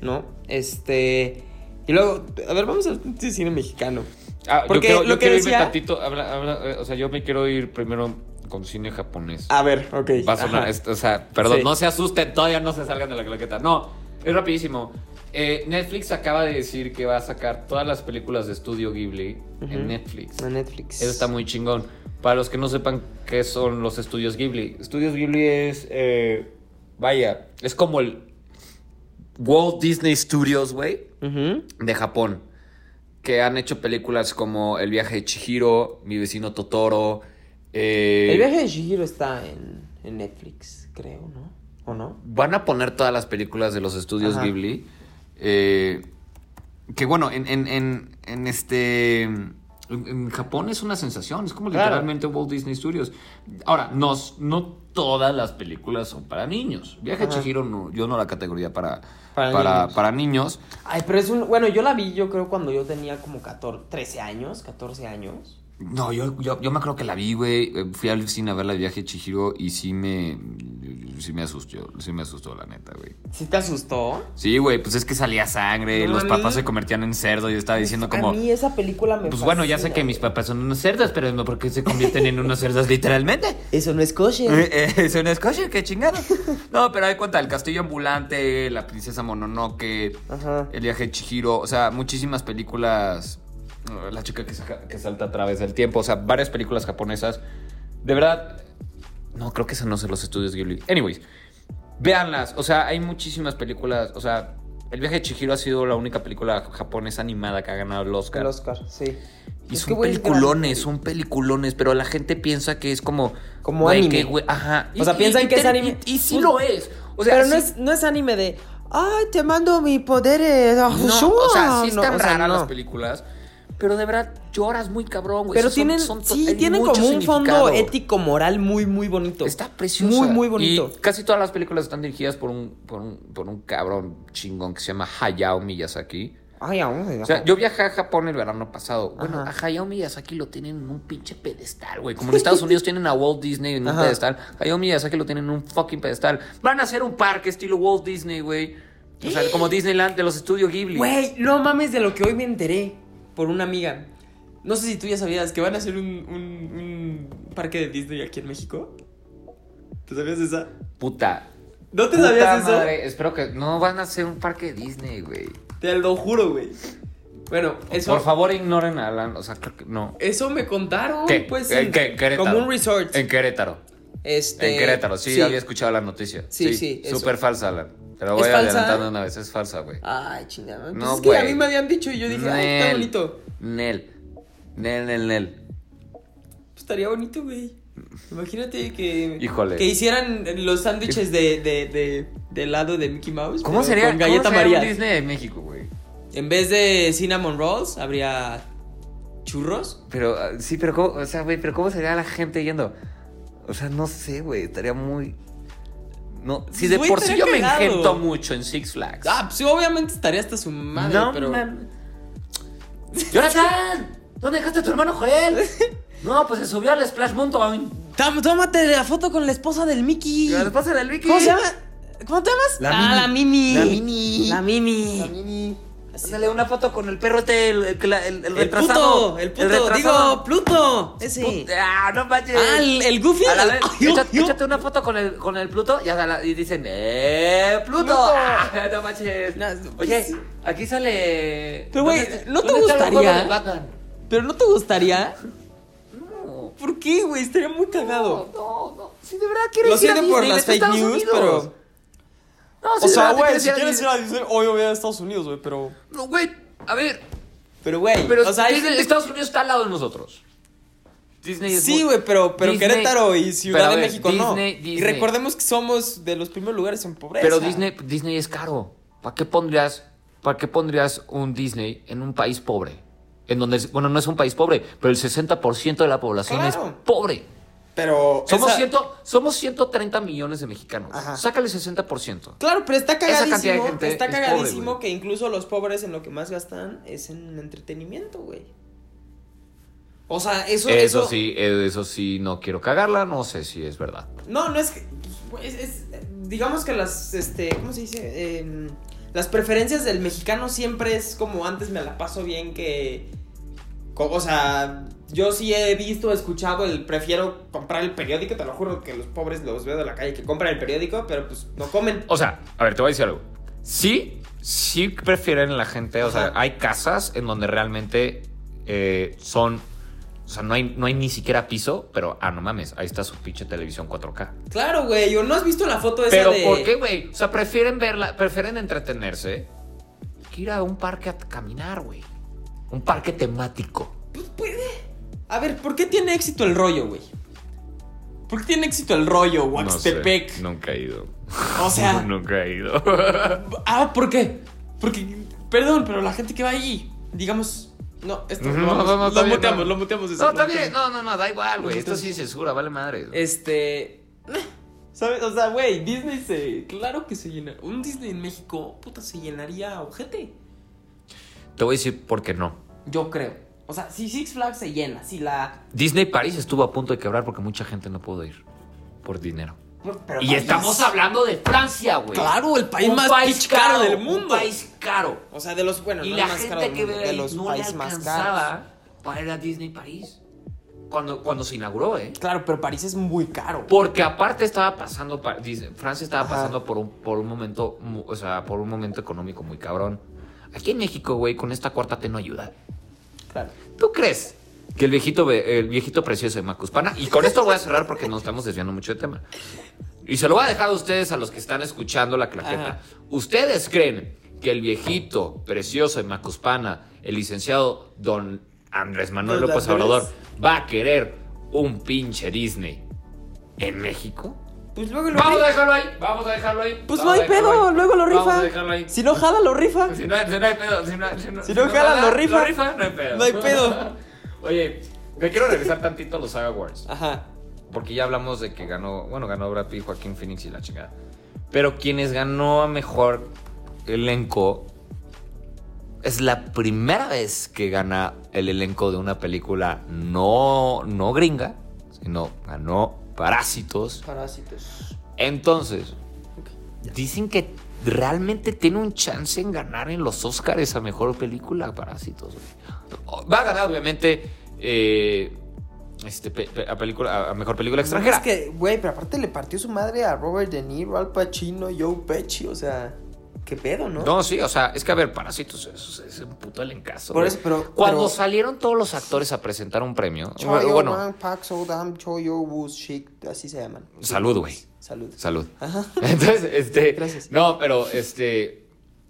Speaker 3: ¿No? Este. Y luego. A ver, vamos al pinche cine mexicano.
Speaker 2: Ah,
Speaker 3: Porque
Speaker 2: yo quiero, yo
Speaker 3: lo que
Speaker 2: quiero irme
Speaker 3: decía-
Speaker 2: tantito. habla- habla- eh, o sea, yo me quiero ir primero con cine japonés.
Speaker 3: A ver, ok.
Speaker 2: Va a sonar
Speaker 3: ajá.
Speaker 2: esto, o sea, perdón,
Speaker 3: Sí.
Speaker 2: no se asusten, todavía no se salgan de la claqueta. No, es rapidísimo. Eh, Netflix acaba de decir que va a sacar todas las películas de estudio Ghibli
Speaker 3: Ujú.
Speaker 2: en Netflix.
Speaker 3: A Netflix.
Speaker 2: Eso está muy chingón. Para los que no sepan qué son los estudios Ghibli, estudios Ghibli es. eh, vaya, es como el Walt Disney Studios, güey,
Speaker 3: Ujú.
Speaker 2: de Japón. Que han hecho películas como El viaje de Chihiro, Mi vecino Totoro. eh,
Speaker 3: El viaje de Shihiro está en, en Netflix, creo, ¿no? ¿O no?
Speaker 2: Van a poner todas las películas de los estudios
Speaker 3: Ajá.
Speaker 2: Ghibli. eh, que bueno, en, en- en- en este. En, en Japón es una sensación, es como
Speaker 5: Claro.
Speaker 2: literalmente Walt Disney Studios. Ahora, no, s- no todas las películas son para niños. Viaje a
Speaker 3: Ajá.
Speaker 2: Chihiro no- yo no la categoría para, para,
Speaker 4: Para
Speaker 2: para niños.
Speaker 4: niños.
Speaker 3: Ay, pero es un. Bueno, yo la vi, yo creo, cuando yo tenía como 14, 13 años, 14 años.
Speaker 2: No, yo, yo, yo me acuerdo que la vi, güey. Eh, Fui al cine a ver la de Viaje a Chihiro y sí me, sí me asustó, sí me asustó, la neta, güey.
Speaker 3: ¿Sí te asustó?
Speaker 2: Sí, güey, pues es que salía sangre, los
Speaker 3: No mames. Pues
Speaker 2: papás se convertían en cerdo y yo estaba diciendo como...
Speaker 3: A mí esa película me
Speaker 2: Pues bueno, ya sé
Speaker 3: fascina,
Speaker 2: que mis
Speaker 3: güey.
Speaker 2: papás son unos cerdos, pero no porque se convierten en unos cerdos literalmente.
Speaker 3: Eso no es kosher.
Speaker 2: Eh, eh, Es un escoche, qué chingado. No, pero hay cuenta, el castillo ambulante, la princesa Mononoke,
Speaker 3: Ajá.
Speaker 2: el viaje de Chihiro, o sea, muchísimas películas. eh, La chica que, sa- que salta a través del tiempo, o sea, varias películas japonesas. De verdad, no, creo que esas no son los estudios Ghibli. Anyways, véanlas, o sea, hay muchísimas películas, o sea, el viaje de Chihiro ha sido la única película japonesa animada que ha ganado el Oscar.
Speaker 3: El Oscar, sí.
Speaker 2: Y
Speaker 3: Es que,
Speaker 2: son
Speaker 3: güey, es
Speaker 2: peliculones,
Speaker 3: grande.
Speaker 2: son peliculones, pero la gente piensa que es como.
Speaker 3: Como
Speaker 2: güey,
Speaker 3: anime.
Speaker 2: que, güey, ajá.
Speaker 3: O sea, piensan que es
Speaker 2: ten-
Speaker 3: anime.
Speaker 2: Y, y sí lo es. O sea,
Speaker 3: pero no,
Speaker 2: sí-
Speaker 3: es, no es anime de. ¡Ay, te mando mi poderes! ah,
Speaker 2: no,
Speaker 3: shua".
Speaker 2: o sea, sí
Speaker 3: No,
Speaker 2: están
Speaker 3: o sea,
Speaker 2: raras
Speaker 3: no.
Speaker 2: las películas. Pero de verdad lloras muy cabrón, güey.
Speaker 3: Pero
Speaker 2: Pues Son-
Speaker 3: tienen,
Speaker 2: son to-
Speaker 3: sí,
Speaker 2: hay
Speaker 3: tienen
Speaker 2: mucho
Speaker 3: como un
Speaker 2: significado.
Speaker 3: fondo ético-moral muy, muy bonito.
Speaker 2: Está precioso.
Speaker 3: Muy, muy bonito.
Speaker 2: Y casi todas las películas están dirigidas por un, por un, por un cabrón chingón que se llama Hayao Miyazaki.
Speaker 3: Ay, vamos a
Speaker 2: O sea, yo viajé a Japón el verano pasado. Bueno,
Speaker 3: Ajá.
Speaker 2: a Hayao Miyazaki lo tienen en un pinche pedestal, güey. Como en Estados Unidos tienen a Walt Disney en un
Speaker 3: Ajá.
Speaker 2: pedestal. Hayao Miyazaki lo tienen en un fucking pedestal. Van a hacer un parque estilo Walt Disney, güey. O sea, como Disneyland de los estudios Ghibli.
Speaker 3: Güey, no mames de lo que hoy me enteré por una amiga. No sé si tú ya sabías que van a hacer un, un- un parque de Disney aquí en México. ¿Te sabías esa?
Speaker 2: Puta.
Speaker 3: ¿No te
Speaker 2: Puta
Speaker 3: sabías eso?
Speaker 2: madre. Espero que no van a hacer un parque Disney, güey.
Speaker 3: Te lo juro, güey. Bueno, eso,
Speaker 2: Por favor, ignoren a Alan. O sea, creo que no.
Speaker 3: eso me contaron.
Speaker 2: ¿Qué?
Speaker 3: Pues,
Speaker 2: ¿En
Speaker 3: en-
Speaker 2: qué? ¿En Querétaro?
Speaker 3: Como un resort.
Speaker 2: En Querétaro.
Speaker 3: Este,
Speaker 2: en Querétaro. Sí, había escuchado la noticia.
Speaker 3: Sí, sí, eso.
Speaker 2: Súper falsa, Alan. Te lo voy
Speaker 3: ¿Es falsa?
Speaker 2: adelantando una vez. Es falsa, güey.
Speaker 3: Ay, chingada. Pues
Speaker 2: No,
Speaker 3: es que a
Speaker 2: güey.
Speaker 3: mí me habían dicho y yo dije, ay, está bonito.
Speaker 2: Nel. Nel, Nel, Nel.
Speaker 3: Pues estaría bonito, güey. Imagínate que.
Speaker 2: Híjole.
Speaker 3: Que hicieran los sándwiches de, de, de, de helado de Mickey Mouse.
Speaker 2: ¿Cómo
Speaker 3: pero
Speaker 2: sería,
Speaker 3: Con galleta
Speaker 2: cómo sería
Speaker 3: María.
Speaker 2: un Disney de México, güey?
Speaker 3: En vez de cinnamon rolls, habría churros.
Speaker 2: Pero, ah, sí, pero ¿cómo, o sea, güey, pero ¿cómo sería la gente yendo? O sea, no sé, güey, estaría muy... No, si de
Speaker 3: Güey,
Speaker 2: por sí
Speaker 3: estaría
Speaker 2: yo me
Speaker 3: cagado.
Speaker 2: engento mucho en Six Flags.
Speaker 3: Ah, pues sí, obviamente estaría hasta su madre,
Speaker 2: no,
Speaker 3: pero.
Speaker 2: mames. ¡Jonathan! ¿Dónde dejaste a tu hermano Joel? No, pues se subió al Splash Mountain.
Speaker 3: Tam- Tómate la foto con la esposa del Mickey.
Speaker 2: ¿Qué le pasa al Vicky?
Speaker 3: ¿Cómo se llama? ¿Cómo te llamas?
Speaker 2: La
Speaker 3: ah, la
Speaker 2: Mini.
Speaker 3: Mini.
Speaker 2: La
Speaker 3: Mini.
Speaker 2: La Mini. Ándale una foto con el perro este, el, el, el- el
Speaker 3: El
Speaker 2: retrasado.
Speaker 3: puto, el puto,
Speaker 2: retrasado.
Speaker 3: digo, Pluto. Ese.
Speaker 2: Put- Ah, no manches.
Speaker 3: Ah, el, el Goofy.
Speaker 2: A la
Speaker 3: el-
Speaker 2: vez,
Speaker 3: Ay,
Speaker 2: echa-
Speaker 3: yo-
Speaker 2: échate una foto con el, con el Pluto y, haga la- y dicen, ¡eh, Pluto! Ah, no manches.
Speaker 3: No, pues-
Speaker 2: Oye, aquí sale.
Speaker 3: Pero, güey,
Speaker 2: ¿dónde está-
Speaker 3: ¿no te
Speaker 2: dónde está el
Speaker 3: gustaría?
Speaker 2: juego de Batman?
Speaker 3: Pero no te gustaría.
Speaker 2: No,
Speaker 3: ¿Por qué, güey? Estaría muy cagado.
Speaker 2: no, no. Si de verdad quieres
Speaker 3: Lo
Speaker 2: ir a
Speaker 3: siento por
Speaker 2: Disney,
Speaker 3: las
Speaker 2: vete a
Speaker 3: fake
Speaker 2: Estados
Speaker 3: news,
Speaker 2: Unidos.
Speaker 3: pero.
Speaker 2: No, si
Speaker 3: O
Speaker 2: de
Speaker 3: sea,
Speaker 2: verdad te
Speaker 3: güey, si
Speaker 2: a
Speaker 3: quieres ir
Speaker 2: Disney-
Speaker 3: a Disney, hoy voy a Estados Unidos, güey, pero.
Speaker 2: No, güey, a ver.
Speaker 3: Pero, güey,
Speaker 2: Pero
Speaker 3: o sea, hay
Speaker 2: Disney-
Speaker 3: gente-
Speaker 2: Estados Unidos está al lado de nosotros. Disney es
Speaker 3: Sí,
Speaker 2: muy-
Speaker 3: güey, pero, pero
Speaker 2: Disney-
Speaker 3: Querétaro y
Speaker 2: Pero,
Speaker 3: Ciudad
Speaker 2: a
Speaker 3: de
Speaker 2: ver,
Speaker 3: México
Speaker 2: Disney-
Speaker 3: no.
Speaker 2: Disney.
Speaker 3: Y recordemos que somos de los primeros lugares en pobreza.
Speaker 2: Pero Disney, Disney es caro. ¿Para qué pondrías, para qué pondrías un Disney en un país pobre? En donde, es- bueno, no es un país pobre, pero el 60% de la población es
Speaker 3: Claro.
Speaker 2: pobre.
Speaker 3: Pero.
Speaker 2: Somos,
Speaker 3: esa-
Speaker 2: ciento, somos 1130 millones de mexicanos.
Speaker 3: Ajá.
Speaker 2: Sácale 60%.
Speaker 3: Claro, pero está
Speaker 2: cantidad de
Speaker 3: cagadísimo.
Speaker 2: gente
Speaker 3: está
Speaker 2: es pobre,
Speaker 3: cagadísimo
Speaker 2: güey.
Speaker 3: que incluso los pobres en lo que más gastan es en entretenimiento, güey. O sea, eso.
Speaker 2: Eso sí, eh, eso sí, no quiero cagarla, no sé si es verdad.
Speaker 3: No, no es que. pues, Es, es- digamos que las. Este, ¿Cómo se dice? Em, las preferencias del mexicano siempre es como antes me la paso bien que. co- O sea, yo sí he visto, escuchado el prefiero comprar el periódico. Te lo juro que los pobres los veo de la calle que compran el periódico, pero pues no comen.
Speaker 2: O sea, a ver, te voy a decir algo. Sí, sí prefieren la gente. O sea,
Speaker 3: Ajá.
Speaker 2: hay casas en donde realmente eh, son. O sea, no hay, no hay ni siquiera piso, pero ah, no mames, ahí está su pinche televisión 4K.
Speaker 3: Claro, güey. ¿O no has visto la foto esa
Speaker 2: Pero
Speaker 3: de.
Speaker 2: ¿por qué, güey? O sea, prefieren verla, prefieren entretenerse que ir a un parque a caminar, güey. Un parque temático.
Speaker 3: Pues A ver, ¿por qué tiene éxito el rollo, güey? ¿Por qué tiene éxito el rollo, Huaxtepec?
Speaker 2: nunca he ido.
Speaker 3: O sea,
Speaker 2: nunca he ido.
Speaker 3: ah, ¿por qué? Porque, perdón, pero la gente que va allí, digamos, No, esto
Speaker 2: No,
Speaker 3: lo,
Speaker 2: no,
Speaker 3: vamos-
Speaker 2: no,
Speaker 3: lo
Speaker 2: está bien,
Speaker 3: muteamos,
Speaker 2: no.
Speaker 3: lo muteamos. eso,
Speaker 2: No,
Speaker 3: lo
Speaker 2: está bien.
Speaker 3: muteamos.
Speaker 2: No, no, no, da igual, güey. Esto sí es censura, vale madre. güey.
Speaker 3: Este. ¿Sabes? O sea, güey, Disney se. Claro que se llena. Un Disney en México, puta, se llenaría a ojete.
Speaker 2: Te voy a decir por qué no.
Speaker 3: Yo creo. O sea, si Six Flags se llena, si la.
Speaker 2: Disney París estuvo a punto de quebrar porque mucha gente no pudo ir por dinero.
Speaker 3: pero
Speaker 2: Y
Speaker 3: país-
Speaker 2: estamos hablando de Francia, güey.
Speaker 3: Claro, el país más pinche caro del mundo.
Speaker 2: Un país caro.
Speaker 4: O sea, de los bueno,
Speaker 2: y
Speaker 4: no
Speaker 2: la
Speaker 4: más caro
Speaker 2: gente
Speaker 4: del
Speaker 2: que
Speaker 4: mundo,
Speaker 2: ve
Speaker 4: de
Speaker 2: ahí
Speaker 4: los
Speaker 2: no le
Speaker 4: países más caros.
Speaker 2: alcanzaba para ir a Disney París. Cuando, cuando se inauguró, ¿eh?
Speaker 3: Claro, pero París es muy caro.
Speaker 2: Porque aparte estaba pasando, pa- dice, Francia estaba
Speaker 3: Ajá.
Speaker 2: pasando por un, por un momento, mu- o sea, por un momento económico muy cabrón. Aquí en México, güey, con esta cuarta te no ayuda.
Speaker 3: Claro.
Speaker 2: ¿Tú crees que el viejito, ve- el viejito precioso de Macuspana, y con esto voy a cerrar porque nos estamos desviando mucho de tema, y se lo voy a dejar a ustedes, a los que están escuchando la claqueta,
Speaker 3: Ajá.
Speaker 2: ¿ustedes creen que el viejito precioso de Macuspana, el licenciado don Andrés Manuel
Speaker 4: Don
Speaker 2: López
Speaker 4: Andrés.
Speaker 2: Obrador, va a querer un pinche Disney en México?
Speaker 4: Pues luego lo
Speaker 2: Vamos a dejarlo ahí, vamos a dejarlo ahí.
Speaker 3: Pues
Speaker 2: vamos
Speaker 3: no
Speaker 2: a
Speaker 3: hay
Speaker 2: dejarlo
Speaker 3: pedo,
Speaker 2: ahí.
Speaker 3: luego lo rifa.
Speaker 2: Vamos a dejarlo ahí.
Speaker 3: Si no jala, lo rifa.
Speaker 2: Si no, si no hay pedo, si no, si no,
Speaker 3: Si no jala,
Speaker 2: jala,
Speaker 3: lo rifa.
Speaker 2: no hay pedo.
Speaker 3: No hay pedo.
Speaker 2: Oye, me quiero regresar tantito a los Saga Awards.
Speaker 3: Ajá.
Speaker 2: Porque ya hablamos de que ganó, bueno, ganó Brad Pitt, Joaquín Phoenix y la chingada. Pero quienes ganó a mejor elenco es la primera vez que gana el elenco de una película no, no gringa, sino ganó Parásitos.
Speaker 4: Parásitos.
Speaker 2: Entonces, dicen que realmente tiene un chance en ganar en los Oscars a mejor película, Parásitos. güey. O- Va a ganar, obviamente, eh, este, pe- pe- a, película, a- a mejor película extranjera.
Speaker 4: Es que, güey, pero aparte le partió su madre a Robert De Niro, Al Pacino, Joe Pesci, o sea, qué pedo, ¿no?
Speaker 2: No, sí, o sea, es que a ver, Parásitos es, es un puto elencazo.
Speaker 4: Por
Speaker 2: güey.
Speaker 4: eso, pero-
Speaker 2: Cuando
Speaker 4: pero-
Speaker 2: salieron todos los actores a presentar un premio,
Speaker 4: Choyo,
Speaker 2: bueno,
Speaker 4: Man, Pak, Sodam, Choyo, Bus, Chic, así se llaman.
Speaker 2: Salud, güey.
Speaker 4: Salud.
Speaker 2: Salud. Entonces, este.
Speaker 4: Gracias.
Speaker 2: No, pero este.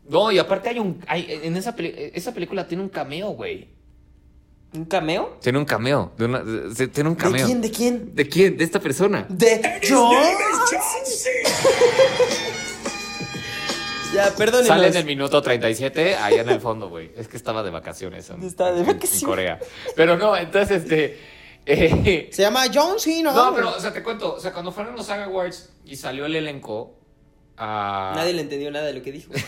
Speaker 2: No, y aparte hay un. Hay, en esa, peli- esa película tiene un cameo, güey.
Speaker 3: ¿Un cameo?
Speaker 2: Tiene un cameo. De una, de- de- tiene un
Speaker 4: ¿De
Speaker 2: cameo.
Speaker 4: quién? ¿De quién?
Speaker 2: ¿De quién? De esta persona.
Speaker 4: ¡De Ah, Johnson! ya, perdónenos.
Speaker 2: Sale en el minuto 37, allá en el fondo, güey. Es que estaba de vacaciones. en-
Speaker 4: Estaba de
Speaker 2: en- en
Speaker 4: vacaciones.
Speaker 2: Corea. Pero no, entonces, este. eh,
Speaker 4: Se llama John Cena.
Speaker 2: no, pero, o sea, te cuento. O sea, cuando fueron los Saga Awards y salió el elenco. ah,
Speaker 4: Nadie le entendió nada de lo que dijo.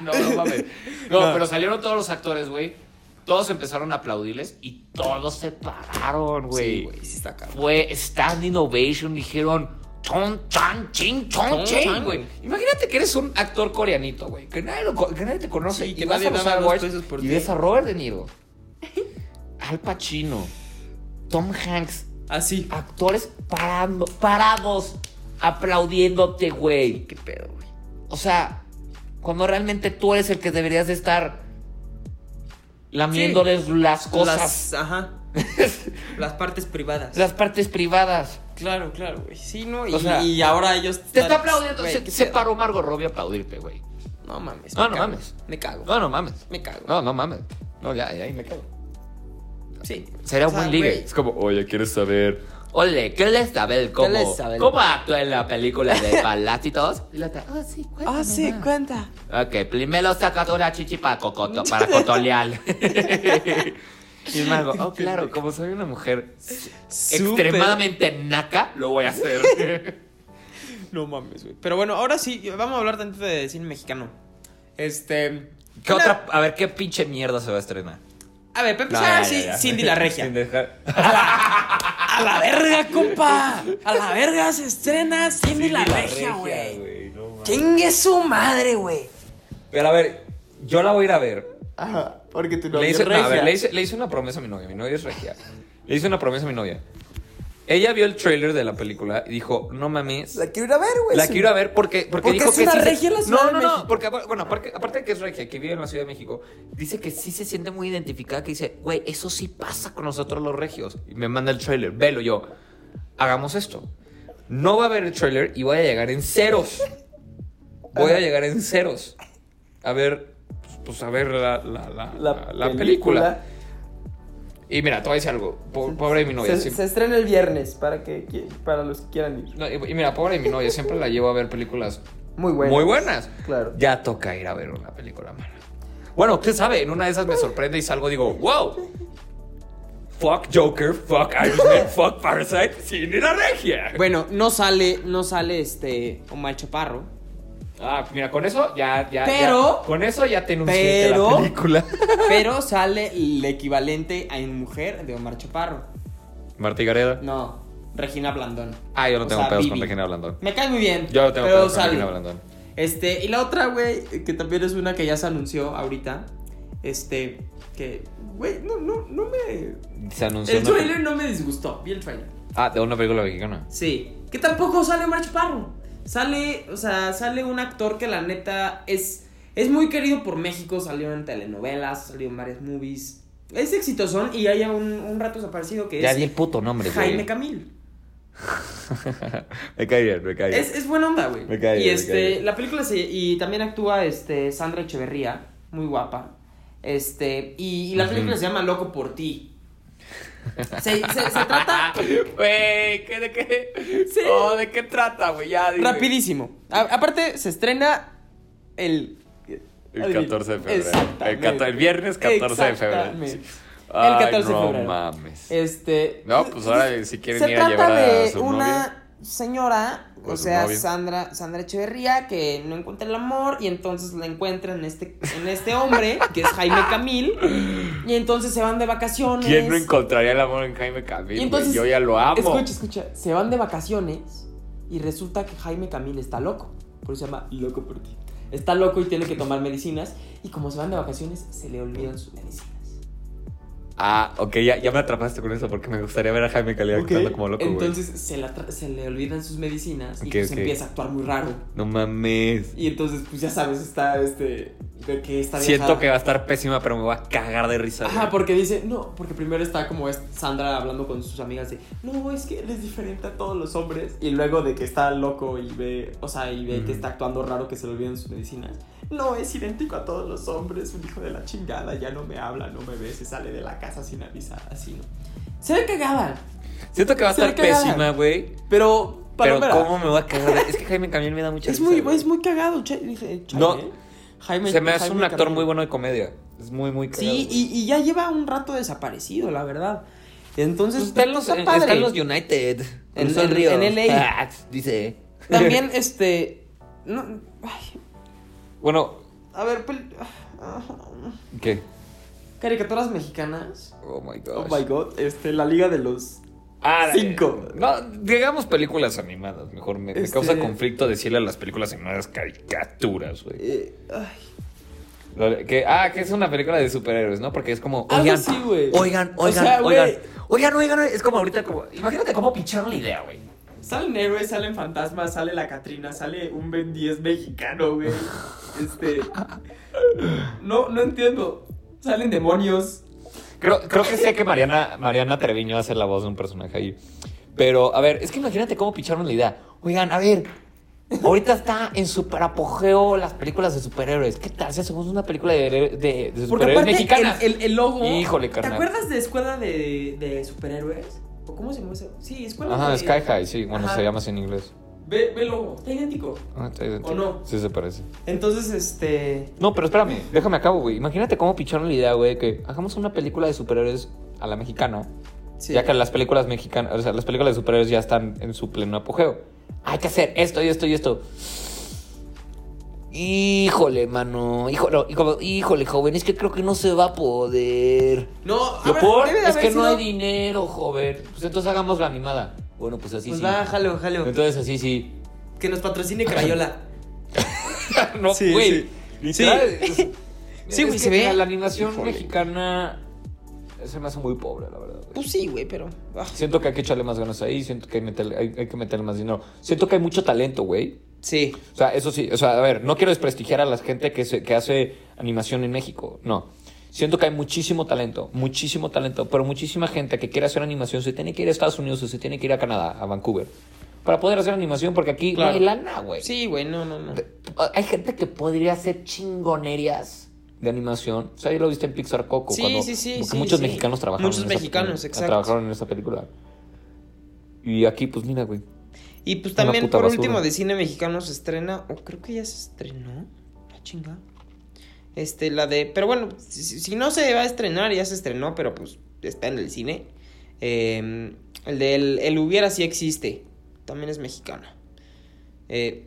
Speaker 2: No, no mames. No, pero salieron todos los actores, güey. Todos empezaron a aplaudirles y todos se pararon,
Speaker 4: Sí,
Speaker 2: güey.
Speaker 4: güey, sí está cabrón.
Speaker 2: Fue standing ovation, dijeron ton chan ching
Speaker 3: Ton,
Speaker 2: ton
Speaker 3: chan,
Speaker 2: ching,
Speaker 3: güey.
Speaker 2: güey. Imagínate que eres un actor coreanito, güey, que nadie, lo co- que nadie te conoce
Speaker 4: Sí,
Speaker 2: y
Speaker 4: y
Speaker 2: te vas
Speaker 4: nadie
Speaker 2: a los
Speaker 4: daba dos
Speaker 2: Awards
Speaker 4: pesos por
Speaker 2: y
Speaker 4: ti.
Speaker 2: ves a Robert De Niro, Al Pacino, Tom Hanks,
Speaker 3: Así.
Speaker 2: actores parando, parados, aplaudiéndote, güey.
Speaker 4: Qué pedo, güey.
Speaker 2: O sea, cuando realmente tú eres el que deberías de estar lamiéndoles las cosas,
Speaker 3: Las, ajá.
Speaker 4: Las partes privadas.
Speaker 2: las... partes privadas.
Speaker 3: Claro, claro, güey. Sí, no. Y,
Speaker 2: O sea,
Speaker 3: y ahora ellos.
Speaker 2: Te
Speaker 3: están-
Speaker 2: está aplaudiendo.
Speaker 3: Güey,
Speaker 2: se,
Speaker 3: qué
Speaker 2: se
Speaker 3: pedo.
Speaker 2: paró Margot Robbie a aplaudirte, güey.
Speaker 3: No mames.
Speaker 2: No,
Speaker 3: me
Speaker 2: no
Speaker 3: cago.
Speaker 2: mames.
Speaker 3: Me cago.
Speaker 2: No, no mames.
Speaker 3: Me cago.
Speaker 2: No, no mames. No, ya, ya, ahí me cago.
Speaker 3: Sí.
Speaker 2: Sería
Speaker 4: O
Speaker 2: un
Speaker 4: sea,
Speaker 2: buen ligue.
Speaker 4: güey.
Speaker 2: Es como, oye, ¿quieres saber? Ole, ¿qué les sabe cómo,
Speaker 3: les sabe?
Speaker 2: cómo actúa en la película de Palácitos? Y la otra, ah, sí, cuéntame
Speaker 3: Ah, sí,
Speaker 2: más".
Speaker 3: cuenta.
Speaker 2: Ok, primero saca una chichi para, cocoto, para cotolear. y Margo, oh, claro, como soy una mujer
Speaker 3: Súper.
Speaker 2: extremadamente naca, lo voy a hacer.
Speaker 3: No mames, güey. Pero bueno, ahora sí, vamos a hablar tantito de cine mexicano. Este.
Speaker 2: ¿Qué
Speaker 3: una-
Speaker 2: otra? A ver, ¿qué pinche mierda se va a estrenar?
Speaker 3: A ver, para
Speaker 2: No,
Speaker 3: empezar
Speaker 2: ya,
Speaker 3: así,
Speaker 2: ya, ya.
Speaker 3: Cindy la regia.
Speaker 2: Sin dejar-
Speaker 3: A la verga, compa. A la verga se estrena Cindy, la, regia, güey.
Speaker 2: no mames.
Speaker 3: Chingue su madre, güey.
Speaker 2: Pero a ver, yo la voy a ir a ver.
Speaker 4: Ajá, porque tu
Speaker 2: le
Speaker 4: novia
Speaker 2: hice,
Speaker 4: es
Speaker 2: no, a
Speaker 4: regia.
Speaker 2: ver, le hice- le hice una promesa a mi novia. Mi novia es regia. Le hice una promesa a mi novia. Ella vio el trailer de la película y dijo, no mames.
Speaker 4: La quiero ir a ver, güey.
Speaker 2: La
Speaker 4: Pues Sí.
Speaker 2: quiero ir a ver porque, porque,
Speaker 4: Porque
Speaker 2: dijo
Speaker 4: es
Speaker 2: que
Speaker 4: una
Speaker 2: sí. se-
Speaker 4: regia en la Ciudad
Speaker 2: no,
Speaker 4: de
Speaker 2: no, no,
Speaker 4: México.
Speaker 2: porque bueno, aparte, aparte de que es regia, que vive en la Ciudad de México, dice que sí se siente muy identificada, que dice, güey, eso sí pasa con nosotros los regios. Y me manda el trailer, velo yo. Hagamos esto. No va a haber el trailer y voy a llegar en ceros. Voy a llegar en ceros. A ver, pues, pues, a ver la, la, la, la- la película. Y mira, te voy a decir algo. Po- Pobre de mi novia.
Speaker 4: Se,
Speaker 2: sí.
Speaker 4: se estrena el viernes para que qui- para los que quieran ir.
Speaker 2: No, y, y mira, pobre de mi novia, siempre la llevo a ver películas
Speaker 4: Muy bueno.
Speaker 2: muy buenas.
Speaker 4: Claro.
Speaker 2: Ya toca ir a ver una película mala. Bueno, quién sabe, en una de esas me sorprende y salgo y digo, wow. Fuck Joker, fuck Irishman, fuck Parasite, cine la regia.
Speaker 3: Bueno, no sale, no sale este Omar Chaparro.
Speaker 2: Ah, mira, con eso ya, ya.
Speaker 3: Pero-
Speaker 2: ya- con eso ya te enuncié que
Speaker 3: pero-
Speaker 2: la película.
Speaker 3: Pero sale el equivalente a en mujer de Omar Chaparro.
Speaker 2: Marta y Gareda.
Speaker 3: No, Regina Blandón.
Speaker 2: Ah, yo no
Speaker 3: O
Speaker 2: tengo
Speaker 3: sea,
Speaker 2: pedos
Speaker 3: Bibi.
Speaker 2: con Regina Blandón.
Speaker 3: Me cae muy bien.
Speaker 2: Yo no tengo
Speaker 3: pero
Speaker 2: pedos con
Speaker 3: sale.
Speaker 2: Regina Blandón.
Speaker 3: Este, y la otra, güey, que también es una que ya se anunció ahorita. Este, que, güey, no, no, no me.
Speaker 2: Se anunció.
Speaker 3: El
Speaker 2: una-
Speaker 3: trailer no me disgustó. Vi el trailer.
Speaker 2: Ah, de una película mexicana.
Speaker 3: Sí. Que tampoco sale Omar Chaparro. Sale, o sea, sale un actor que la neta es, es muy querido por México. Salió en telenovelas, salió en varias movies. Es exitosón y hay un, un rato desaparecido que
Speaker 2: Ya
Speaker 3: es
Speaker 2: di el puto nombre. güey.
Speaker 3: Jaime Camil.
Speaker 2: me cae bien, me cae bien.
Speaker 3: Es, es buena onda, güey.
Speaker 2: Me cae
Speaker 3: Y
Speaker 2: bien, me
Speaker 3: este,
Speaker 2: cae bien.
Speaker 3: la película se, y también actúa este Sandra Echeverría, muy guapa. Este, y, y la película
Speaker 2: Ujú.
Speaker 3: se llama Loco por ti. Se, se- se trata
Speaker 2: Güey, ¿qué, ¿de qué?
Speaker 3: Sí.
Speaker 2: Oh, ¿De qué trata, güey? Ya, Ah, dime.
Speaker 3: rapidísimo. A- aparte se estrena el
Speaker 2: El 14 de febrero.
Speaker 3: Exactamente.
Speaker 2: El, cator- el viernes 14 de febrero.
Speaker 3: Exactamente.
Speaker 2: Sí.
Speaker 3: El
Speaker 2: Ay,
Speaker 3: 14 de
Speaker 2: no
Speaker 3: febrero.
Speaker 2: mames.
Speaker 3: Este.
Speaker 2: No, pues ahora si quieren
Speaker 3: se
Speaker 2: ir a llevar
Speaker 3: trata
Speaker 2: a
Speaker 3: de
Speaker 2: su novia.
Speaker 3: una señora,
Speaker 2: O
Speaker 3: o,
Speaker 2: a su
Speaker 3: sea,
Speaker 2: novio.
Speaker 3: Sandra, Sandra Echeverría, que no encuentra el amor y entonces la encuentra en este, en este hombre, que es Jaime Camil, y entonces se van de vacaciones.
Speaker 2: ¿Quién no encontraría el amor en Jaime
Speaker 3: Y
Speaker 2: Camil? güey?
Speaker 3: entonces-
Speaker 2: Yo ya lo amo.
Speaker 3: Escucha, escucha, se van de vacaciones y resulta que Jaime Camil está loco, por eso se llama Loco por ti. Está loco y tiene que tomar medicinas y como se van de vacaciones se le olvidan sus medicinas.
Speaker 2: Ah, ok, ya, ya me atrapaste con eso porque me gustaría ver a Jaime Camil actuando
Speaker 3: Ok.
Speaker 2: como loco, güey.
Speaker 3: Entonces se, la tra- se le olvidan sus medicinas
Speaker 2: Ok,
Speaker 3: y pues
Speaker 2: ok.
Speaker 3: empieza a actuar muy raro.
Speaker 2: No mames.
Speaker 3: Y entonces, pues ya sabes, está este. De que está
Speaker 2: Siento
Speaker 3: viajada.
Speaker 2: que va a estar pésima, pero me voy a cagar de risa.
Speaker 3: Ajá,
Speaker 2: güey.
Speaker 3: porque dice, no, porque primero está como es- Sandra hablando con sus amigas de, no, es que él es diferente a todos los hombres. Y luego de que está loco y ve, o sea, y ve
Speaker 2: Ujú.
Speaker 3: que está actuando raro, que se le olvidan sus medicinas. No, es idéntico a todos los hombres, un hijo de la chingada, ya no me habla, no me ve, se sale de la casa sin avisar, así, ¿no? Se ve cagada,
Speaker 2: Siento que va a
Speaker 3: Se va
Speaker 2: estar
Speaker 3: a cagar.
Speaker 2: pésima, güey.
Speaker 3: pero.
Speaker 2: Pero
Speaker 3: palomera.
Speaker 2: ¿cómo me voy a cagar? de- Es que Jaime Camil me da mucha
Speaker 3: Es
Speaker 2: risa,
Speaker 3: muy,
Speaker 2: güey.
Speaker 3: es muy cagado, Cha- dije, Jaime.
Speaker 2: No.
Speaker 3: Jaime-
Speaker 2: Se me hace
Speaker 3: Jaime
Speaker 2: un actor
Speaker 3: Camil.
Speaker 2: muy bueno de comedia. Es muy, muy cagado.
Speaker 3: Sí,
Speaker 2: güey.
Speaker 3: y, y ya lleva un rato desaparecido, la verdad. Entonces,
Speaker 2: Pues está en los,
Speaker 3: está
Speaker 2: en-
Speaker 3: padre.
Speaker 2: está en los United.
Speaker 3: En-
Speaker 2: Cruzó el
Speaker 3: en-
Speaker 2: río.
Speaker 3: en LA.
Speaker 2: Ah, dice.
Speaker 3: También, este. no, ay,
Speaker 2: Bueno,
Speaker 3: a ver, pel- ah, ah,
Speaker 2: ¿qué?
Speaker 3: caricaturas mexicanas.
Speaker 2: Oh my gosh.
Speaker 3: Oh my god, este, la Liga de los.
Speaker 2: Ah,
Speaker 3: Cinco.
Speaker 2: eh, No, digamos películas animadas. Mejor me, me
Speaker 3: Este-
Speaker 2: causa conflicto decirle a las películas animadas caricaturas, güey.
Speaker 3: eh, ay,
Speaker 2: Lo- Que, ah, que es una película de superhéroes, ¿no? Porque es como.
Speaker 3: Algo
Speaker 2: Oigan,
Speaker 3: así, güey.
Speaker 2: oigan,
Speaker 3: O
Speaker 2: oigan,
Speaker 3: sea,
Speaker 2: oigan,
Speaker 3: güey.
Speaker 2: oigan, oigan. Es como ahorita, como. Imagínate cómo pincharon la idea, güey.
Speaker 3: Salen héroes, salen fantasmas, sale la Catrina, sale un Ben 10 mexicano, güey. Este. No, no entiendo. Salen demonios.
Speaker 2: Creo, creo que sé que Mariana, Mariana Treviño hace la voz de un personaje ahí. Pero, a ver, es que imagínate cómo picharon la idea. Oigan, a ver, ahorita está en super apogeo las películas de superhéroes. ¿Qué tal si hacemos una película de, de, de
Speaker 3: Porque
Speaker 2: superhéroes
Speaker 3: aparte
Speaker 2: mexicanas?
Speaker 3: El, el- el logo.
Speaker 2: Híjole, carnal.
Speaker 3: ¿Te acuerdas de Escuela de, de Superhéroes? ¿O cómo se llama eso? Sí, Escuela
Speaker 2: Ajá,
Speaker 3: de...
Speaker 2: Sky High, sí, bueno,
Speaker 3: Ajá.
Speaker 2: se llama así en inglés.
Speaker 3: Ve, ve el logo, está idéntico.
Speaker 2: Ah, está idéntico.
Speaker 3: ¿O no?
Speaker 2: Sí, se parece.
Speaker 3: Entonces, este...
Speaker 2: No, pero espérame, déjame acabo, güey. Imagínate cómo picharon la idea, güey, de que hagamos una película de superhéroes a la mexicana.
Speaker 3: sí.
Speaker 2: Ya que las películas mexicanas, o sea, las películas de superhéroes ya están en su pleno apogeo. Hay que hacer esto y esto y esto. Híjole, mano. Híjole, no, híjole, híjole, joven, es que creo que no se va a poder.
Speaker 3: No,
Speaker 2: ¿Lo
Speaker 3: habrá-
Speaker 2: por?
Speaker 3: debe de
Speaker 2: Es
Speaker 3: haber
Speaker 2: que no
Speaker 3: sido-
Speaker 2: hay dinero, joven. Pues entonces hagamos la animada. Bueno, pues así
Speaker 3: Pues
Speaker 2: sí.
Speaker 3: va, jalo, jalo.
Speaker 2: Entonces así sí.
Speaker 3: Que nos patrocine Crayola.
Speaker 2: no,
Speaker 3: Sí,
Speaker 2: güey. Literal, es-
Speaker 3: Sí, güey,
Speaker 2: es
Speaker 3: se
Speaker 2: que
Speaker 3: ve.
Speaker 2: La animación
Speaker 3: Híjole.
Speaker 2: mexicana se me hace muy pobre, la verdad. güey.
Speaker 3: Pues sí, güey, pero... ah,
Speaker 2: Siento que hay que echarle más ganas ahí, siento que hay, meterle- hay- hay que meterle más dinero. Siento que hay mucho talento, güey.
Speaker 3: Sí.
Speaker 2: O sea, eso sí, o sea, a ver, no quiero desprestigiar a la gente que, se- que hace animación en México, no. Siento que hay muchísimo talento, muchísimo talento, pero muchísima gente que quiere hacer animación se tiene que ir a Estados Unidos o se tiene que ir a Canadá, a Vancouver, para poder hacer animación, porque aquí
Speaker 3: Claro.
Speaker 2: no hay lana, güey.
Speaker 3: Sí, güey, no, no, no.
Speaker 2: Hay gente que podría hacer chingonerías de animación. O sea, ya lo viste en Pixar Coco.
Speaker 3: Sí,
Speaker 2: cuando,
Speaker 3: sí, sí,
Speaker 2: Porque
Speaker 3: sí,
Speaker 2: muchos
Speaker 3: sí.
Speaker 2: mexicanos trabajaron.
Speaker 3: Muchos
Speaker 2: en esa-
Speaker 3: mexicanos,
Speaker 2: en-
Speaker 3: exacto.
Speaker 2: Trabajaron en esa película. Y aquí, pues mira, güey.
Speaker 3: Y pues
Speaker 2: Una
Speaker 3: también,
Speaker 2: puta
Speaker 3: por
Speaker 2: basura.
Speaker 3: último, de cine mexicano se estrena, o creo que ya se estrenó, la Ah, chinga. Este, la de. Pero bueno, si, si no se va a estrenar, ya se estrenó, pero pues está en el cine. Eh, el de el, el Hubiera sí existe. También es mexicana. Eh,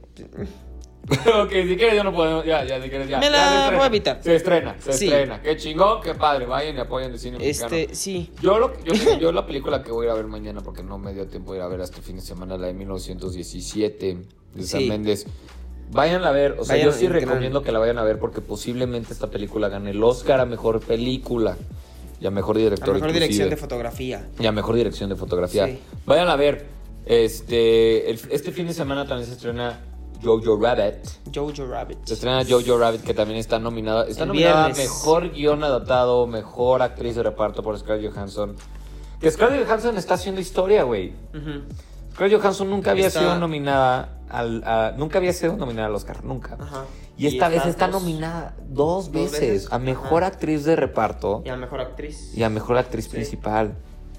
Speaker 2: ok, si quieres ya no podemos. Ya, ya, si quieres ya.
Speaker 3: Me
Speaker 2: Ya
Speaker 3: la
Speaker 2: se estrena.
Speaker 3: voy a evitar.
Speaker 2: Se estrena, se
Speaker 3: Sí.
Speaker 2: estrena. Qué chingón, qué padre. Vayan y apoyen el cine mexicano.
Speaker 3: este, sí.
Speaker 2: Yo, lo, yo, yo la película que voy a ir a ver mañana, porque no me dio tiempo de ir a ver hasta el fin de semana, la de 1917 de San
Speaker 3: Sí.
Speaker 2: Méndez. Vayan a ver, o sea,
Speaker 3: Vayan,
Speaker 2: yo sí
Speaker 3: gran.
Speaker 2: recomiendo que la vayan a ver porque posiblemente esta película gane el Oscar a mejor película y a mejor
Speaker 3: La
Speaker 2: director.
Speaker 3: mejor dirección
Speaker 2: inclusive.
Speaker 3: de fotografía.
Speaker 2: Y a mejor dirección de fotografía.
Speaker 3: Sí.
Speaker 2: Vayan a ver. Este, el- este fin de semana también se estrena Jojo Rabbit.
Speaker 3: Jojo Rabbit.
Speaker 2: Se estrena Jojo Rabbit, que también está nominada. Está
Speaker 3: El
Speaker 2: nominada a
Speaker 3: viernes.
Speaker 2: mejor guión adaptado, mejor actriz de reparto por Scarlett Johansson. Que Scarlett Johansson está haciendo historia, güey.
Speaker 3: Ujú.
Speaker 2: Scarlett Johansson nunca había
Speaker 3: Está-
Speaker 2: sido nominada al. a- nunca había sido nominada al Oscar, nunca.
Speaker 3: Ajá.
Speaker 2: Y esta vez
Speaker 3: estas
Speaker 2: está
Speaker 3: dos.
Speaker 2: nominada dos
Speaker 3: dos
Speaker 2: veces,
Speaker 3: veces.
Speaker 2: a mejor
Speaker 3: Ajá.
Speaker 2: actriz de reparto
Speaker 3: Y a mejor actriz.
Speaker 2: y a mejor actriz
Speaker 3: Sí.
Speaker 2: principal.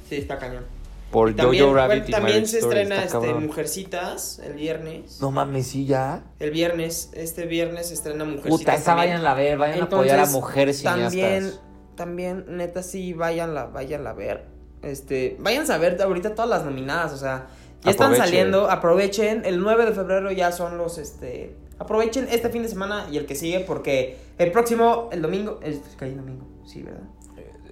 Speaker 3: Sí, está cañón.
Speaker 2: Por
Speaker 3: También,
Speaker 2: Jojo Rabbit
Speaker 3: bueno,
Speaker 2: y
Speaker 3: también
Speaker 2: Marriage
Speaker 3: se
Speaker 2: Story,
Speaker 3: estrena
Speaker 2: está
Speaker 3: este,
Speaker 2: cabrón.
Speaker 3: Mujercitas el viernes.
Speaker 2: No mames, sí, ya.
Speaker 3: El viernes, este viernes se estrena Mujercitas.
Speaker 2: Puta, esa
Speaker 3: también.
Speaker 2: vayan a ver, vayan
Speaker 3: Entonces,
Speaker 2: a apoyar a mujeres cineastas.
Speaker 3: También, también, neta, sí, váyanla, váyanla a ver. Este, váyanse a ver ahorita todas las nominadas, o sea, ya están
Speaker 2: Aprovechen.
Speaker 3: saliendo, aprovechen, el 9 de febrero ya son los, este, aprovechen este fin de semana y el que sigue porque el próximo, el domingo, es que hay domingo, sí, ¿verdad?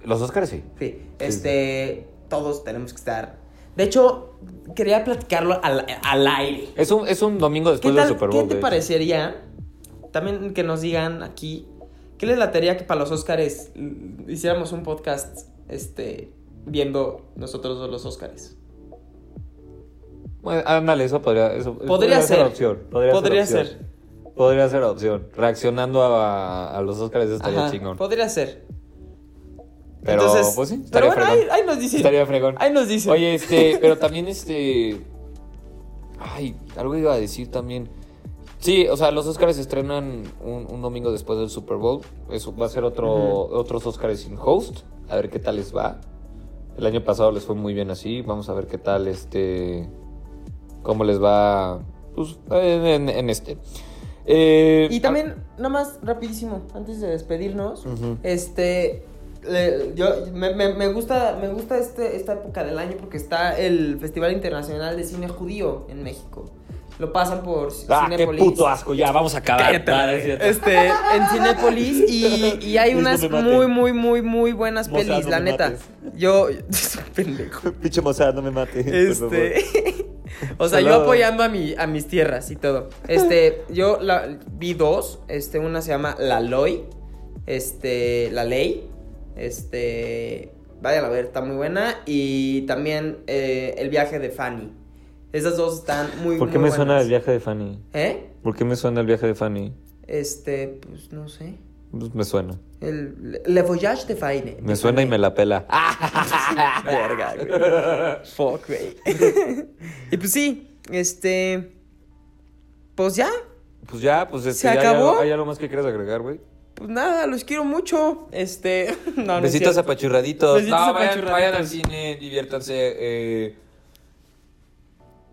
Speaker 2: Los Oscars sí.
Speaker 3: Sí, este, todos tenemos que estar. De hecho, quería platicarlo al, al aire.
Speaker 2: Es un, es un domingo
Speaker 3: ¿Qué,
Speaker 2: después
Speaker 3: tal-
Speaker 2: del Super Bowl.
Speaker 3: qué te
Speaker 2: de hecho.
Speaker 3: parecería? También que nos digan aquí, ¿qué les latería que para los Óscares mm, hiciéramos un podcast este, viendo nosotros dos los Óscares?
Speaker 2: Bueno, ándale, eso podría, eso, podría,
Speaker 3: ser.
Speaker 2: opción. Podría,
Speaker 3: Podría
Speaker 2: ser.
Speaker 3: ser.
Speaker 2: opción. Podría ser opción. Reaccionando a, a los Oscars eso estaría
Speaker 3: Ajá,
Speaker 2: chingón.
Speaker 3: Podría ser.
Speaker 2: Pero,
Speaker 3: Entonces,
Speaker 2: pues sí,
Speaker 3: pero
Speaker 2: estaría
Speaker 3: bueno, ahí,
Speaker 2: fregón.
Speaker 3: ahí nos dicen.
Speaker 2: Estaría fregón.
Speaker 3: Ahí nos dicen.
Speaker 2: Oye, este, pero también este. Ay, algo iba a decir también. Sí, o sea, los Oscars se estrenan un, un domingo después del Super Bowl. Eso va a ser otro, otros Oscars sin host. A ver qué tal les va. El año pasado les fue muy bien así. Vamos a ver qué tal este. cómo les va. pues, en, en- en este. Eh,
Speaker 3: Y también, nomás rapidísimo, antes de despedirnos,
Speaker 2: ah, Ujú.
Speaker 3: este, le- yo, me, me- me gusta, me gusta este, esta época del año porque está el Festival Internacional de Cine Judío en México. Lo pasan por C-
Speaker 2: Ah, qué
Speaker 3: Cinépolis.
Speaker 2: puto asco. Ya, vamos a acabar.
Speaker 3: Cállate.
Speaker 2: Ah, no es cierto.
Speaker 3: Este, en Cinépolis y, y hay
Speaker 2: Luis, no
Speaker 3: unas
Speaker 2: me mates.
Speaker 3: muy, muy, muy, muy buenas
Speaker 2: Mozart,
Speaker 3: pelis,
Speaker 2: no
Speaker 3: la
Speaker 2: me
Speaker 3: neta.
Speaker 2: mates.
Speaker 3: Yo, pendejo.
Speaker 2: Pinche mozada, no me mate. por favor.
Speaker 3: Este. o sea, yo
Speaker 2: Salado.
Speaker 3: apoyando a, mi, a mis tierras y todo. Este, yo la, vi dos. Este, una se llama La Loi. Este, La Ley. Este. Vayan a ver, está muy buena. Y también eh, El viaje de Fanny. Esas dos están muy
Speaker 2: ¿Por qué
Speaker 3: muy
Speaker 2: me suena
Speaker 3: buenas.
Speaker 2: el viaje de Fanny?
Speaker 3: ¿Eh?
Speaker 2: ¿Por qué me suena el viaje de Fanny?
Speaker 3: Este, pues no sé.
Speaker 2: Pues me suena.
Speaker 3: El, Le Voyage de Fanny.
Speaker 2: Me suena y me la pela.
Speaker 3: Ah. Verga, güey. Fuck, güey. y pues sí, este. Pues ya.
Speaker 2: Pues ya, pues este,
Speaker 3: ¿Se
Speaker 2: ya hay
Speaker 3: acabó?
Speaker 2: algo- ¿Hay algo más que quieras agregar, güey?
Speaker 3: Pues nada, los quiero mucho. Este. No, no es
Speaker 2: Besitos
Speaker 3: cierto.
Speaker 2: apachurraditos.
Speaker 3: Besitos
Speaker 2: No, vayan,
Speaker 3: apachurraditos.
Speaker 2: vayan al cine, diviértanse. eh,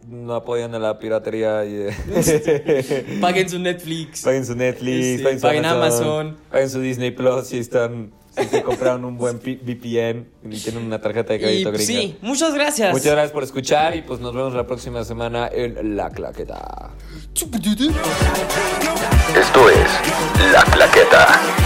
Speaker 2: no apoyan a la piratería. y, eh,
Speaker 3: Paguen su Netflix.
Speaker 2: paguen su Netflix,
Speaker 3: Sí,
Speaker 2: paguen su
Speaker 3: paguen
Speaker 2: Amazon,
Speaker 3: Amazon.
Speaker 2: Paguen su Disney Plus si están. Si se compraron un buen P- VPN y tienen una tarjeta de
Speaker 3: y
Speaker 2: crédito
Speaker 3: pues,
Speaker 2: gringa.
Speaker 3: sí, muchas gracias.
Speaker 2: Muchas gracias por escuchar y pues nos vemos la próxima semana en La Claqueta.
Speaker 1: Esto es La Claqueta.